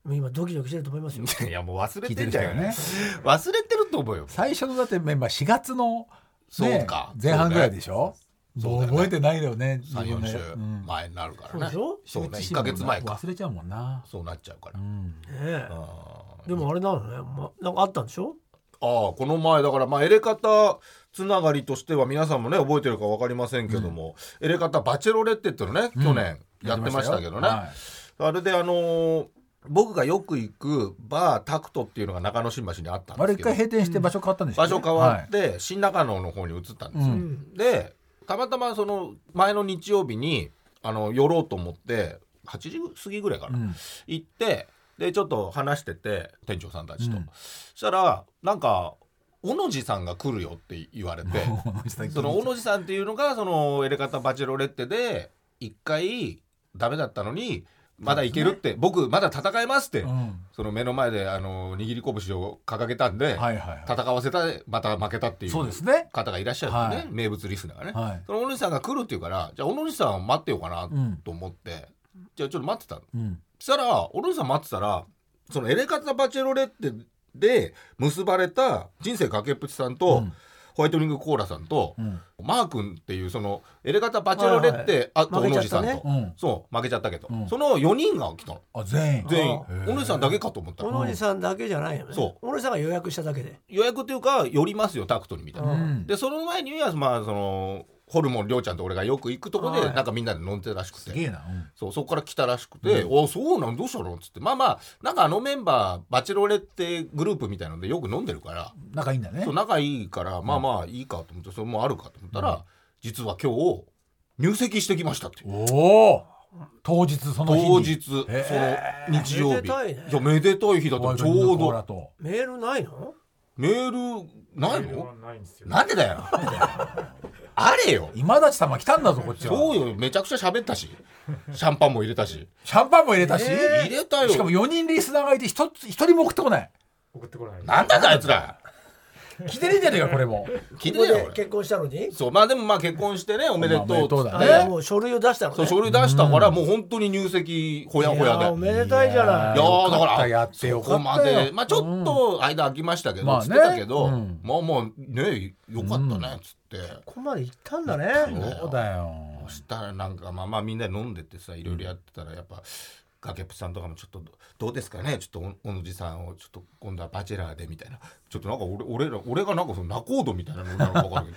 [SPEAKER 1] でも今ドキドキしてると思いますよ
[SPEAKER 2] あいやもう忘れ
[SPEAKER 3] 聞い
[SPEAKER 2] て
[SPEAKER 3] て
[SPEAKER 2] ん
[SPEAKER 3] る
[SPEAKER 2] じ
[SPEAKER 3] 人
[SPEAKER 2] ゃ
[SPEAKER 3] が
[SPEAKER 2] ん、ね
[SPEAKER 3] ね、。
[SPEAKER 2] 忘れてると思うよ
[SPEAKER 3] 最初のだってメンバー4月の、ね、
[SPEAKER 2] そうか
[SPEAKER 3] 前半ぐらいでしょ
[SPEAKER 2] そう
[SPEAKER 3] もう
[SPEAKER 2] だよね
[SPEAKER 3] 覚えてないよね
[SPEAKER 2] 34
[SPEAKER 3] 自
[SPEAKER 2] 週
[SPEAKER 3] 分ね
[SPEAKER 2] 前になるか
[SPEAKER 1] そう
[SPEAKER 2] ら
[SPEAKER 1] で
[SPEAKER 2] ね、
[SPEAKER 1] しょ
[SPEAKER 2] そうね
[SPEAKER 3] うん
[SPEAKER 2] 1か月前か
[SPEAKER 3] 忘れちゃうもんな、
[SPEAKER 2] そうなっちゃうから、
[SPEAKER 3] う
[SPEAKER 2] あ
[SPEAKER 3] ん、
[SPEAKER 1] ねえ
[SPEAKER 2] あ
[SPEAKER 1] でもあれなのね、ま、なんかあったんでしょ
[SPEAKER 2] ああこの前だからまあエレ方つながりとしては皆さんもね覚えてるか分かりませんけども、エレ方バチェロレッテっていうのね去年やってましたけどね、
[SPEAKER 3] はい
[SPEAKER 2] あれであのー僕がよく行くバータクトっていうのが中野新橋にあったん
[SPEAKER 3] あ
[SPEAKER 2] で
[SPEAKER 3] れ
[SPEAKER 2] すけ
[SPEAKER 3] 一
[SPEAKER 2] ど
[SPEAKER 3] 回閉店して場所変わったんでしょ、
[SPEAKER 2] 場所変わって、新中野の方に移ったんですよ、
[SPEAKER 3] うん
[SPEAKER 2] でたまたまその前の日曜日にあの寄ろうと思って8時過ぎぐらいか
[SPEAKER 3] う
[SPEAKER 2] な、
[SPEAKER 3] ん
[SPEAKER 2] 行ってでちょっと話してて店長さんたちと、
[SPEAKER 3] うん
[SPEAKER 2] そしたらなんか小野寺さんが来るよって言わ れてその小野寺さんっていうのがそのエレカタバチェロレッテで一回ダメだったのにまだいけるって、僕まだ戦えますって、
[SPEAKER 3] うん
[SPEAKER 2] その目の前であの握り拳を掲げたんで、
[SPEAKER 3] はいはいはい
[SPEAKER 2] 戦わせたまた負けたってい
[SPEAKER 3] そう
[SPEAKER 2] う
[SPEAKER 3] ですね
[SPEAKER 2] 方がいらっしゃるんですね、
[SPEAKER 3] はい
[SPEAKER 2] 名物リスナーがね、
[SPEAKER 3] はい
[SPEAKER 2] その小野寺さんが来るっていうからじゃあ小野寺さんを待ってようかな
[SPEAKER 3] うん
[SPEAKER 2] と思って、じゃあちょっと待ってたの
[SPEAKER 3] うん
[SPEAKER 2] そしたら小野寺さん待ってたらそのエレカタバチェロレッテで結ばれた人生崖っぷちさんと、
[SPEAKER 3] うん
[SPEAKER 2] ホワイトニングコーラさんと、
[SPEAKER 3] うん
[SPEAKER 2] マー君っていうそのエレガタバチェロレッテ、あと
[SPEAKER 1] 負け
[SPEAKER 2] 小野
[SPEAKER 1] ちゃった
[SPEAKER 2] 寺さん
[SPEAKER 1] ね
[SPEAKER 2] と、
[SPEAKER 3] うん
[SPEAKER 2] そう負けちゃったけど、
[SPEAKER 3] うん
[SPEAKER 2] その4人が来たの
[SPEAKER 3] あ全員
[SPEAKER 2] 全員
[SPEAKER 1] あ
[SPEAKER 2] 小野寺さんだけかと思った
[SPEAKER 1] 小
[SPEAKER 2] ら
[SPEAKER 1] 野寺さんだけじゃないよね
[SPEAKER 2] そう
[SPEAKER 1] 小野寺さんが予約しただけで
[SPEAKER 2] 予約っていうか寄りますよタクトにみたいな、
[SPEAKER 1] うん
[SPEAKER 2] でその前にはまあそのホルモンりょうちゃんと俺がよく行くとこで
[SPEAKER 1] はい
[SPEAKER 2] なんかみんなで飲んでたらしく
[SPEAKER 3] すげ
[SPEAKER 2] て
[SPEAKER 3] えな、うん
[SPEAKER 2] そうそこから来たらしくて「おそうなんどうしたの?」っつってまあまあなんかあのメンバーバチェロレッテグループみたいなのでよく飲んでるから
[SPEAKER 3] 仲いいんだね
[SPEAKER 2] そう仲いいからまあまあいいかと思ってそれもあるかと思ったら、実は今日入籍してきましたっていう
[SPEAKER 3] おお当日その日に
[SPEAKER 2] 当日その
[SPEAKER 3] へ
[SPEAKER 2] 日曜
[SPEAKER 1] め
[SPEAKER 2] 日
[SPEAKER 1] でたいね
[SPEAKER 2] やめでたい日だった
[SPEAKER 3] ホワ
[SPEAKER 2] の
[SPEAKER 3] イ
[SPEAKER 2] ち
[SPEAKER 3] ト
[SPEAKER 2] ょ
[SPEAKER 3] ニング
[SPEAKER 2] う
[SPEAKER 3] コーラ
[SPEAKER 2] ど
[SPEAKER 3] と
[SPEAKER 1] メールないの
[SPEAKER 2] メールない
[SPEAKER 4] メール
[SPEAKER 2] の
[SPEAKER 4] はないんですよ。
[SPEAKER 2] なんでだよあれよ
[SPEAKER 3] 今立様来たんだぞこっちは
[SPEAKER 2] そうよめちゃくちゃ喋ったしシャンパンも入れたし
[SPEAKER 3] シャンパンも入れたし、
[SPEAKER 2] 入れたよ
[SPEAKER 3] しかも4人リスナーがいて一つ一人も送ってこない
[SPEAKER 4] 送ってこない。
[SPEAKER 2] なんだかあいつら
[SPEAKER 3] 来てねえじゃねえかこれも
[SPEAKER 2] 聞いて
[SPEAKER 1] ここ
[SPEAKER 2] ねえ
[SPEAKER 1] で
[SPEAKER 2] よ俺
[SPEAKER 1] 結婚したのに
[SPEAKER 2] そうまあでもまあ結婚してねおめでとう
[SPEAKER 3] まあおめでとうだ
[SPEAKER 1] あ
[SPEAKER 3] ね
[SPEAKER 1] いや
[SPEAKER 2] ね
[SPEAKER 1] もう書類を出したの
[SPEAKER 2] そう
[SPEAKER 1] ね
[SPEAKER 2] 書類出したからもう本当に入籍ほやほや
[SPEAKER 1] いや
[SPEAKER 2] で
[SPEAKER 1] おめでたいじゃない
[SPEAKER 2] いやー
[SPEAKER 3] よ
[SPEAKER 2] だ
[SPEAKER 3] かっ
[SPEAKER 2] か
[SPEAKER 3] た
[SPEAKER 2] ら
[SPEAKER 3] やってよ
[SPEAKER 2] そ
[SPEAKER 3] か
[SPEAKER 2] こ
[SPEAKER 3] ったよ
[SPEAKER 2] までまあちょっと間空きましたけど、
[SPEAKER 3] まあ
[SPEAKER 2] つ
[SPEAKER 3] ね
[SPEAKER 2] ってたけど、
[SPEAKER 3] うん
[SPEAKER 2] まあまあねよかったねっつって、
[SPEAKER 1] ここまで行ったんだね
[SPEAKER 3] そうだよ
[SPEAKER 2] そしたらなんかまあまあみんなで飲んでてさいろいろやってたらやっぱ崖っぷちさんとかもちょっとどうですかねちょっとお小野寺さんをちょっと今度はバチェラーでみたいなちょっとなんか俺俺ら俺がなんかその仲人みたいなのなんか分かるけ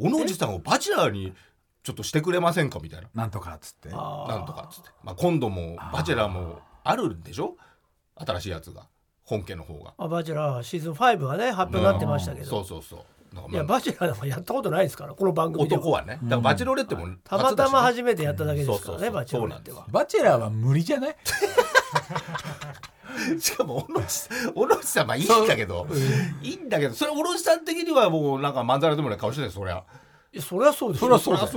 [SPEAKER 2] ど 小野寺さんをバチェラーにちょっとしてくれませんかみたいな
[SPEAKER 3] なんとかっつって
[SPEAKER 2] なんとかっつって、まあ、今度もバチェラーもあるんでしょ新しいやつが本家の方が。
[SPEAKER 1] あバチェラーシーズン5がね発表になってましたけ
[SPEAKER 2] そ
[SPEAKER 1] ど
[SPEAKER 2] うそうそうなんか
[SPEAKER 1] い
[SPEAKER 2] まあ
[SPEAKER 1] やバチェラーなんかやったことないですからこの番組では
[SPEAKER 2] 男はねだからバチェロレッテも
[SPEAKER 1] たまたま
[SPEAKER 2] 初だしね
[SPEAKER 1] 初めてやっただけですから
[SPEAKER 2] そうそうそ
[SPEAKER 1] ね
[SPEAKER 2] う
[SPEAKER 1] バチェラーっては
[SPEAKER 3] バチェラーは無理じゃない
[SPEAKER 2] しかもおろしおろしさんまあいいんだけどいいんだけどそれおろしさん的にはもうなんかまんざらでもない顔してたよそりゃ
[SPEAKER 1] いやそりゃそうです
[SPEAKER 2] そ
[SPEAKER 1] よ
[SPEAKER 2] りゃそうだよ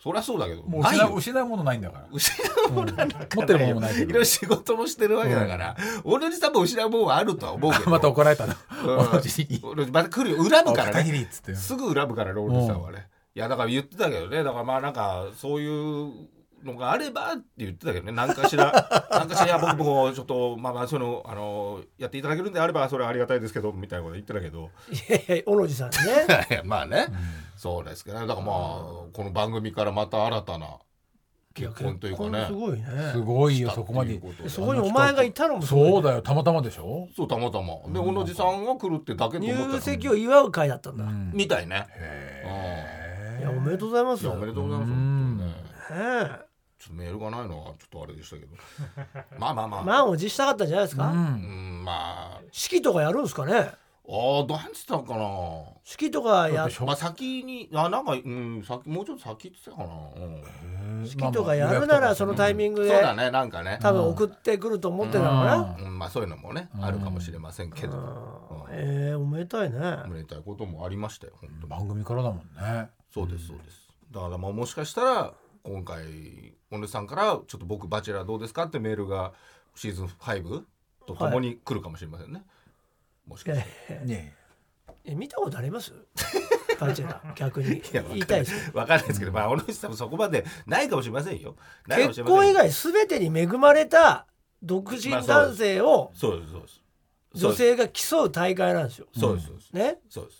[SPEAKER 2] そりゃそうだけど
[SPEAKER 3] もう
[SPEAKER 2] ない
[SPEAKER 3] 失う
[SPEAKER 2] よ
[SPEAKER 3] 失うものないんだから
[SPEAKER 2] 失うものなんか
[SPEAKER 3] 持ってるものもない
[SPEAKER 2] い
[SPEAKER 3] けど
[SPEAKER 2] ろいろ仕事もしてるわけだからおろしさんも失うものはあるとは思うけ ど
[SPEAKER 3] また怒られたな
[SPEAKER 2] うん
[SPEAKER 3] 同じに
[SPEAKER 2] おろしまた来るよ恨むから
[SPEAKER 3] 片
[SPEAKER 2] ね
[SPEAKER 3] 切りっつって
[SPEAKER 2] すぐ恨むからねおろしさんはねいやだから言ってたけどねだからまあなんかそういうのがあればって言ってたけどね何かしら何かしら僕もちょっとまあまあそのあのやっていただけるんであればそれはありがたいですけどみたいなこと言ってたけど
[SPEAKER 1] いやいや小野寺さんね
[SPEAKER 2] いやまあね、そうですけどねだからまあこの番組からまた新たな結婚というか
[SPEAKER 1] いや
[SPEAKER 2] ね
[SPEAKER 1] 結婚すごいね
[SPEAKER 3] すごいよそこま
[SPEAKER 2] し
[SPEAKER 3] で
[SPEAKER 2] たっていうとで
[SPEAKER 1] そこにお前がいたのもすごいね
[SPEAKER 3] そうだよたまたまでしょ
[SPEAKER 2] そうたまたまで小野寺さんが来るってだけと思った
[SPEAKER 1] 入
[SPEAKER 2] ら
[SPEAKER 1] 籍を祝う会だったんだ、
[SPEAKER 2] みたいね
[SPEAKER 1] いやおめでとうございます
[SPEAKER 2] うんいやおめでとうございます本当にね
[SPEAKER 1] ねえ
[SPEAKER 2] ちょっとメールがないのはちょっとあれでしたけ ど。まあまあまあ。
[SPEAKER 1] 満を持したかったんじゃないですか、
[SPEAKER 2] うん、まあ、
[SPEAKER 1] 式とかやるんですかね
[SPEAKER 2] ああ、どうなんつったのかな。
[SPEAKER 1] 式とかや
[SPEAKER 2] まあ、先に、あ、なんか、うん、先、もうちょっと先っつってたかな。うん
[SPEAKER 1] 式とかやるならそのタイミング
[SPEAKER 2] そう
[SPEAKER 1] で
[SPEAKER 2] だね、なんかね。
[SPEAKER 1] 多分送ってくると思ってたのかな、
[SPEAKER 2] うん、まあ、そういうのもね、あるかもしれませんけど。うん
[SPEAKER 1] ええおめでたいね
[SPEAKER 2] おめでたいこともありましたよ、本当に。
[SPEAKER 3] 番組からだもんね
[SPEAKER 2] そうです、そうです。だから、まあ、もしかしたら、今回、小野さんから、ちょっと僕バチェラーどうですかってメールが。シーズン5とともに来るかもしれませんね。もしかしたら。
[SPEAKER 3] ね
[SPEAKER 1] え見たことありますバチェラー逆に言いたいです
[SPEAKER 2] わかんないですけど、まあ、小野内さんもそこまでないかもしれませんよ。ないかもし
[SPEAKER 1] 結
[SPEAKER 2] れません
[SPEAKER 1] 婚以
[SPEAKER 2] けど
[SPEAKER 1] 外全てに恵まれた独身男性を
[SPEAKER 2] そうです、そうです。
[SPEAKER 1] 女性が競う大会なんですよ。
[SPEAKER 2] そうです、そうです。
[SPEAKER 1] ね、
[SPEAKER 2] そうです。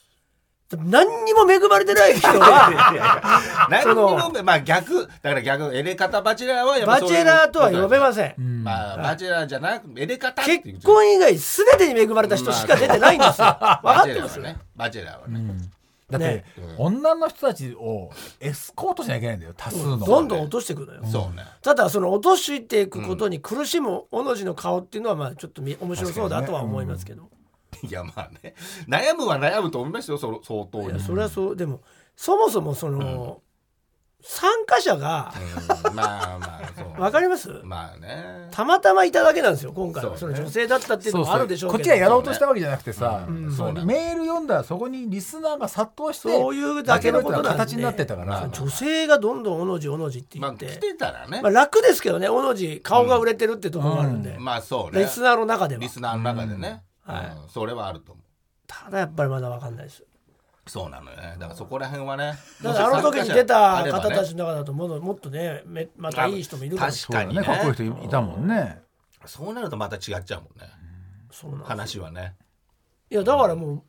[SPEAKER 1] 何にも恵まれてない 人が
[SPEAKER 2] 何
[SPEAKER 1] その
[SPEAKER 2] にも、まあ、逆、だから逆、エレカタバチェラーはやっぱ
[SPEAKER 1] バ
[SPEAKER 2] そう
[SPEAKER 1] チ
[SPEAKER 2] いう
[SPEAKER 1] ェラーとは呼べません。
[SPEAKER 3] ん
[SPEAKER 2] まあ、バチェラーじゃなく、エレカタっていう
[SPEAKER 1] 結 婚以外全てに恵まれた人しか出てないんですよ。分かってますよ
[SPEAKER 2] バチェラーはね。バチェラーはね。
[SPEAKER 3] だって、女の人たちをエスコートしなきゃいけないんだよ多数の。
[SPEAKER 1] どんどん落としていくのよ、
[SPEAKER 2] そうね
[SPEAKER 1] ただその落としていくことに苦しむ小野寺の顔っていうのはまあちょっとみ面白そうだとは思いますけど、
[SPEAKER 2] いやまあね悩むは悩むと思いますよその相当
[SPEAKER 1] い
[SPEAKER 2] に
[SPEAKER 1] やそれはそうでもそもそもその、参加者が
[SPEAKER 2] うんまあまあそう
[SPEAKER 1] わかります
[SPEAKER 2] まあね
[SPEAKER 1] たまたまいただけなんですよ今回はそ
[SPEAKER 2] そうね
[SPEAKER 1] の女性だったっていうのもあるでしょう
[SPEAKER 3] こっ
[SPEAKER 1] けど
[SPEAKER 3] ちがやろうとしたわけじゃなくてさ、
[SPEAKER 2] うん
[SPEAKER 3] その
[SPEAKER 2] そうなんだ
[SPEAKER 3] メール読んだらそこにリスナーが殺到して
[SPEAKER 1] そういうだけのことなんで
[SPEAKER 3] 形になってたから、
[SPEAKER 1] 女性がどんどん「おのじおのじ」って
[SPEAKER 2] ま
[SPEAKER 1] 言
[SPEAKER 2] あ
[SPEAKER 1] って、
[SPEAKER 2] 来てたらね
[SPEAKER 1] まあ、楽ですけどねおのじ顔が売れてるってところもあるんで、
[SPEAKER 2] まあそうね
[SPEAKER 1] リスナーの中では
[SPEAKER 2] リスナーの中でね
[SPEAKER 1] うんはい
[SPEAKER 2] うんそれはあると思う
[SPEAKER 1] ただやっぱりまだ分かんないです
[SPEAKER 2] そうなのよねだからそこら辺はね
[SPEAKER 1] だからあの時に出た方た
[SPEAKER 2] もし参加者あればね
[SPEAKER 1] ちの中だとものもっとねめまたいい人もいるから
[SPEAKER 2] 確
[SPEAKER 3] そうだね
[SPEAKER 2] 確
[SPEAKER 3] か
[SPEAKER 2] か
[SPEAKER 3] っ
[SPEAKER 2] にね
[SPEAKER 3] こいい人いたもんね。
[SPEAKER 2] そうなるとまた違っちゃうもんね
[SPEAKER 1] そうなんです
[SPEAKER 2] 話はね
[SPEAKER 1] いやだからもう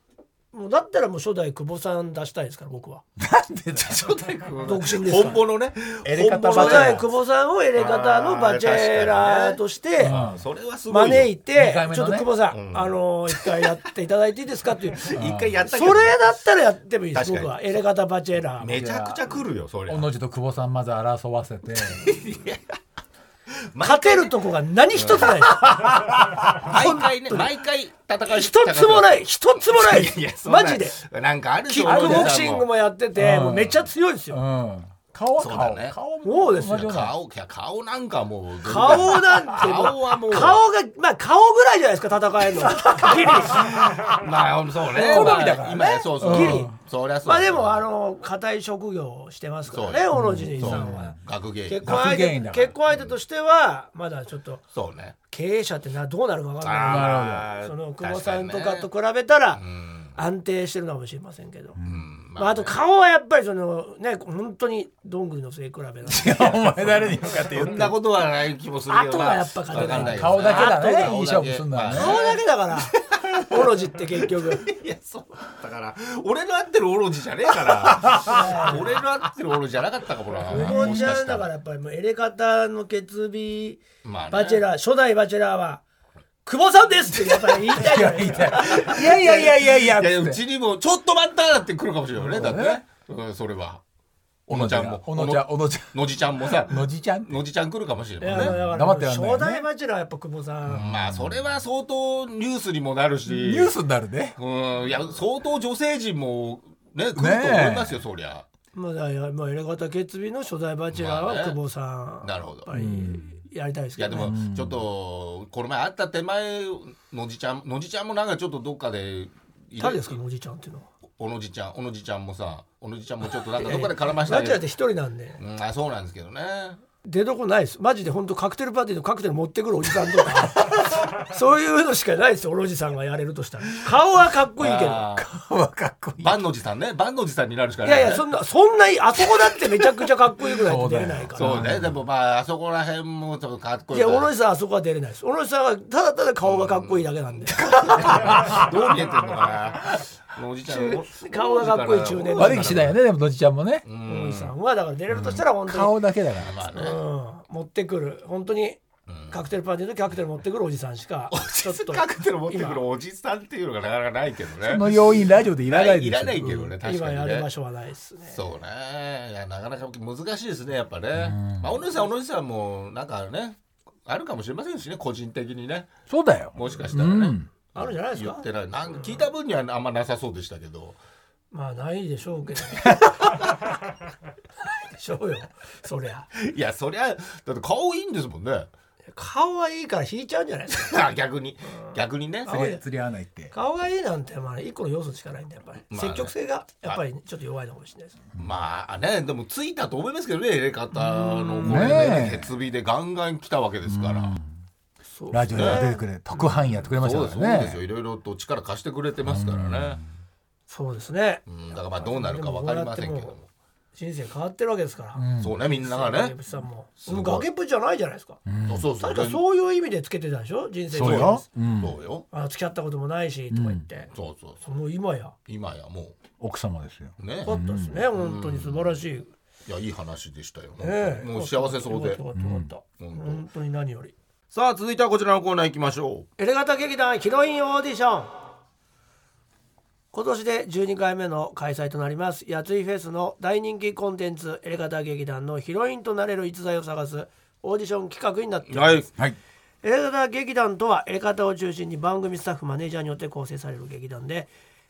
[SPEAKER 1] もうだったらもう初代久保さん出したいですから僕は独身ですから
[SPEAKER 2] 本物ね
[SPEAKER 3] エレカタ
[SPEAKER 1] 初
[SPEAKER 3] バチェラ
[SPEAKER 1] 代
[SPEAKER 3] ー
[SPEAKER 1] 久保さんをエレガタのバチェラーとして
[SPEAKER 3] あ
[SPEAKER 2] それはすごいよ
[SPEAKER 1] 招い
[SPEAKER 3] 二
[SPEAKER 1] て
[SPEAKER 3] 回目のね
[SPEAKER 1] ちょっと久保さ
[SPEAKER 2] うんん
[SPEAKER 1] あの一回やっていただいていいですか っていうそれ
[SPEAKER 2] 一回やったけど
[SPEAKER 1] だったらやってもいいです
[SPEAKER 2] 確かに
[SPEAKER 1] 僕はエレガタバチェラー
[SPEAKER 2] めちゃくちゃ来るよそれ
[SPEAKER 3] おのじと久保さんまず争わ せて
[SPEAKER 1] 勝てるとこが何一つ ないです
[SPEAKER 2] 毎回ね毎回戦い
[SPEAKER 1] 一つもない一つもないです
[SPEAKER 2] いやそんな
[SPEAKER 1] マジで
[SPEAKER 2] なんかある
[SPEAKER 1] キ
[SPEAKER 2] し
[SPEAKER 1] ックボクシングもやってて
[SPEAKER 3] うん
[SPEAKER 1] もうめっちゃ強いです
[SPEAKER 3] う
[SPEAKER 1] よ
[SPEAKER 3] ん顔は
[SPEAKER 2] そ
[SPEAKER 3] 顔
[SPEAKER 2] うだね
[SPEAKER 3] 顔
[SPEAKER 1] そうですよ
[SPEAKER 3] 同じような
[SPEAKER 2] 顔いや顔なんかもう
[SPEAKER 1] 顔なんて
[SPEAKER 2] 顔はもう
[SPEAKER 1] 顔がまあ顔ぐらいじゃないですか戦 えるのギリ
[SPEAKER 2] まあそうね
[SPEAKER 3] 好みだからね
[SPEAKER 2] まあ今そうそう
[SPEAKER 1] ギリ
[SPEAKER 2] そりゃそう
[SPEAKER 1] まあでもあの固い職業をしてますから
[SPEAKER 2] そう
[SPEAKER 1] ね
[SPEAKER 2] よ
[SPEAKER 1] 小野寺さん
[SPEAKER 2] そう
[SPEAKER 1] は。
[SPEAKER 2] 学芸
[SPEAKER 1] 結婚相
[SPEAKER 3] 学芸
[SPEAKER 1] 手
[SPEAKER 3] 員だから
[SPEAKER 1] 結婚相手としてはまだちょっと
[SPEAKER 2] そうね
[SPEAKER 1] 経営者ってなどうなるか分かん
[SPEAKER 3] あ
[SPEAKER 1] ない
[SPEAKER 2] あー
[SPEAKER 1] その久保さんとかと
[SPEAKER 2] 確
[SPEAKER 1] 比べたら
[SPEAKER 2] にねうん
[SPEAKER 1] 安定してるのかもしれませんけど、
[SPEAKER 2] うん
[SPEAKER 1] まあ、あと顔はやっぱりそのね本当にどんぐりの背比べなんで
[SPEAKER 3] お前誰に向かって言
[SPEAKER 2] そ
[SPEAKER 3] って
[SPEAKER 2] ん
[SPEAKER 3] ん
[SPEAKER 2] な
[SPEAKER 3] だ
[SPEAKER 2] ことはない気もするけど
[SPEAKER 1] あとはやっぱ勝てない
[SPEAKER 2] わかんけど
[SPEAKER 3] 顔だけだね
[SPEAKER 2] あと顔だけ
[SPEAKER 3] いい勝負すんのはね
[SPEAKER 1] 顔だけだから小野寺って結局
[SPEAKER 2] いやそうだから俺の合ってるオロジじゃねえから俺の合ってるオロジじゃなかったかもな
[SPEAKER 1] 久保
[SPEAKER 2] も
[SPEAKER 1] ち
[SPEAKER 2] しか
[SPEAKER 1] ゃん
[SPEAKER 2] した
[SPEAKER 1] だから
[SPEAKER 2] ら
[SPEAKER 1] やっぱりもうエレカタの決備
[SPEAKER 2] まあね
[SPEAKER 1] バチェラー初代バチェラーは久保さんですってやっぱり言いたいじゃないですかいやいやいやいやいや
[SPEAKER 2] いやいやうちにもちょっと待っただって来るかもしれないよねだってねうんそれは小野ちゃんも
[SPEAKER 3] おのちゃんおのちゃ
[SPEAKER 2] 野地ちゃんもさ
[SPEAKER 3] んのじちゃん
[SPEAKER 2] 野地ちゃん来るかもしれ
[SPEAKER 1] いや
[SPEAKER 2] ないね
[SPEAKER 1] だから
[SPEAKER 3] 黙ってやんないよ
[SPEAKER 1] 初
[SPEAKER 3] ね
[SPEAKER 1] 代バチェラーはやっぱ久保さん、
[SPEAKER 2] まあそれは相当ニュースにもなるし
[SPEAKER 3] ニュースになるね
[SPEAKER 2] うんいや相当女性陣もね来ると思いますよそりゃ
[SPEAKER 1] まあだからまあエレガタ決備の初代バチェラーは
[SPEAKER 2] まあね
[SPEAKER 1] 久保さん、
[SPEAKER 2] なるほど
[SPEAKER 1] やっぱりやりたいです
[SPEAKER 2] い
[SPEAKER 1] け
[SPEAKER 2] や
[SPEAKER 1] ど、
[SPEAKER 2] で
[SPEAKER 1] ね
[SPEAKER 2] もちょっとこの前会った手前のじちゃんのじちゃんもなんかちょっとどっかで
[SPEAKER 1] 誰ですかおじいちゃんっていうのは
[SPEAKER 2] おのじちゃんおのじちゃんもさおのじちゃんもちょっとなんかどっかで絡ました
[SPEAKER 1] バ
[SPEAKER 2] け
[SPEAKER 1] チェラーっ
[SPEAKER 2] ど
[SPEAKER 1] て一人なんで
[SPEAKER 2] うんあそうなんですけどね
[SPEAKER 1] 出どこないですマジで本当カクテルパーティーのカクテル持ってくるおじさんとか そういうのしかないですよおじさんがやれるとしたら顔はかっこいいけど
[SPEAKER 2] あー
[SPEAKER 3] 若っこいい
[SPEAKER 2] 万の字さんね万の字さんになるしか
[SPEAKER 1] い
[SPEAKER 2] ないね
[SPEAKER 1] やいやそんなそんなあそこだってめちゃくちゃかっこいいぐらいで出れないから
[SPEAKER 2] そうねでもまああそこら辺もちょっとかっこい
[SPEAKER 1] い
[SPEAKER 2] いか
[SPEAKER 1] や
[SPEAKER 2] ら
[SPEAKER 1] おろじさんあそこは出れないですおろじさんはただただ顔がかっこいいだけなんで
[SPEAKER 2] どう見えてんのかなおじちゃんお
[SPEAKER 1] 顔がかっこいい中年
[SPEAKER 3] 悪い気しないよねでものじちゃんもね
[SPEAKER 1] おろじさんはだから出れるとしたら本当に
[SPEAKER 3] 顔だけだから
[SPEAKER 2] まあね
[SPEAKER 1] うん持ってくる本当にカクテルパーティーの時カクテル持ってくるおじさんしかちょっと
[SPEAKER 2] カクテル持ってくるおじさんっていうのがなかなかないけどね
[SPEAKER 3] その要因ラジオでいらないで
[SPEAKER 2] い
[SPEAKER 3] す
[SPEAKER 2] らない
[SPEAKER 3] よ
[SPEAKER 2] けどね確
[SPEAKER 1] 今
[SPEAKER 2] か
[SPEAKER 1] や
[SPEAKER 2] に
[SPEAKER 1] る
[SPEAKER 2] ね
[SPEAKER 1] 場所はないですね
[SPEAKER 2] そうねいやなかなか難しいですねやっぱねまあおのじさんおのじさんもなんかねあるかもしれませんしね個人的にね
[SPEAKER 3] そうだよ
[SPEAKER 2] もしかしたらね、
[SPEAKER 3] うん
[SPEAKER 1] あるんじゃないです
[SPEAKER 2] 言
[SPEAKER 1] か
[SPEAKER 2] ってないなんか聞いた分にはあんまなさそうでしたけど
[SPEAKER 1] まあないでしょうけどないでしょうよそりゃ
[SPEAKER 2] いやそりゃだって顔いいんですもんね
[SPEAKER 1] 顔はいいから引いちゃうんじゃないですか
[SPEAKER 2] あ逆に逆にね
[SPEAKER 3] すげえ釣り合わないって
[SPEAKER 1] 顔がいいなんてまあ一個の要素しかないんでやっぱり、
[SPEAKER 2] まあね
[SPEAKER 1] 積極性がやっぱりちょっと弱いのかもしれないです
[SPEAKER 2] まあねでもついたと思いますけどね入れ方のこれ
[SPEAKER 3] ね
[SPEAKER 2] ね
[SPEAKER 3] え
[SPEAKER 2] 鉄火でガンガン来たわけですから
[SPEAKER 1] そう
[SPEAKER 3] ラジオで出てくれ特派員やってくれまし
[SPEAKER 2] そう
[SPEAKER 3] た
[SPEAKER 2] です
[SPEAKER 3] か
[SPEAKER 2] そう
[SPEAKER 3] ら
[SPEAKER 2] ですよ
[SPEAKER 3] ね
[SPEAKER 2] いろいろと力貸してくれてますからね
[SPEAKER 1] そうですね、
[SPEAKER 2] うんだからまあどうなるかわかりませんけども
[SPEAKER 1] 人生変わってるわけですから、
[SPEAKER 2] そうねみんなが
[SPEAKER 1] 崖
[SPEAKER 2] ね
[SPEAKER 1] っぷちさんも
[SPEAKER 2] ごい
[SPEAKER 1] もう崖っぷちじゃないじゃないですか、
[SPEAKER 2] そうそうそ
[SPEAKER 1] 確
[SPEAKER 2] う
[SPEAKER 1] かそういう意味でつけてたでしょ人生
[SPEAKER 3] そうようん
[SPEAKER 2] そうよ
[SPEAKER 1] あ付き合ったこともないしとか言って、
[SPEAKER 2] そうそうそう
[SPEAKER 1] もう今や
[SPEAKER 2] 今やも
[SPEAKER 3] 奥様ですよ
[SPEAKER 2] うね
[SPEAKER 1] よかったですね、本当に素晴らしい、
[SPEAKER 2] いやいい話でしたよ
[SPEAKER 1] ねえ
[SPEAKER 2] もう幸せそう
[SPEAKER 1] よ
[SPEAKER 2] で
[SPEAKER 1] かったよかったよかった、
[SPEAKER 2] うん
[SPEAKER 1] 本当に何より
[SPEAKER 2] さあ続いてはこちらのコーナー行きましょう
[SPEAKER 1] エレガタ劇団ヒロインオーディション今年で12回目の開催となりますやついフェスの大人気コンテンツエレガタ劇団のヒロインとなれる逸材を探すオーディション企画になっています、
[SPEAKER 2] はい
[SPEAKER 3] はい
[SPEAKER 1] エレガタ劇団とはエレガタを中心に番組スタッフマネージャーによって構成される劇団で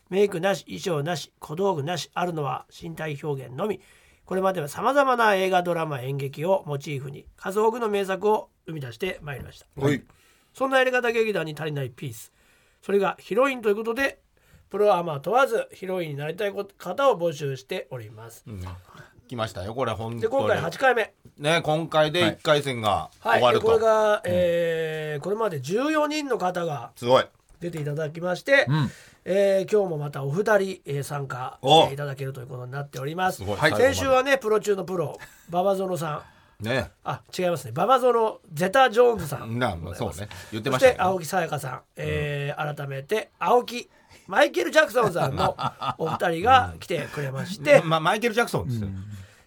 [SPEAKER 1] メイクなし衣装なし小道具なしあるのは身体表現のみこれまではさまざまな映画ドラマ演劇をモチーフに数多くの名作を生み出してまいりました
[SPEAKER 2] はい
[SPEAKER 1] そんなやり方劇団に足りないピースそれがヒロインということでプロアマ問わずヒロインになりたいこと方を募集しております
[SPEAKER 2] うん来ましたよこれ本当
[SPEAKER 1] で
[SPEAKER 2] に
[SPEAKER 1] 今回8回目
[SPEAKER 2] ね今回で1回戦が
[SPEAKER 1] はい
[SPEAKER 2] 終わ
[SPEAKER 1] で
[SPEAKER 2] ると、
[SPEAKER 1] これが、えーこれまで14人の方が
[SPEAKER 2] すごい
[SPEAKER 1] 出ていただきまして、
[SPEAKER 3] ん
[SPEAKER 1] えー今日もまたお二人、えー参加
[SPEAKER 2] お
[SPEAKER 1] していただけるということになっております
[SPEAKER 2] すごい、
[SPEAKER 3] はい
[SPEAKER 1] 先週はねプロ中のプロ馬場園さん
[SPEAKER 2] ね
[SPEAKER 1] あ違いますね馬場園ゼタ・ジョーンズさん
[SPEAKER 2] なまあそうね言って
[SPEAKER 1] そ
[SPEAKER 2] ま
[SPEAKER 1] し
[SPEAKER 2] した
[SPEAKER 1] て
[SPEAKER 2] けど
[SPEAKER 1] 青木さやかさん、えー改めて青木マイケル・ジャクソンさん のお二人が来てくれまして、
[SPEAKER 2] まあ、マイケル・ジャクソンですよ、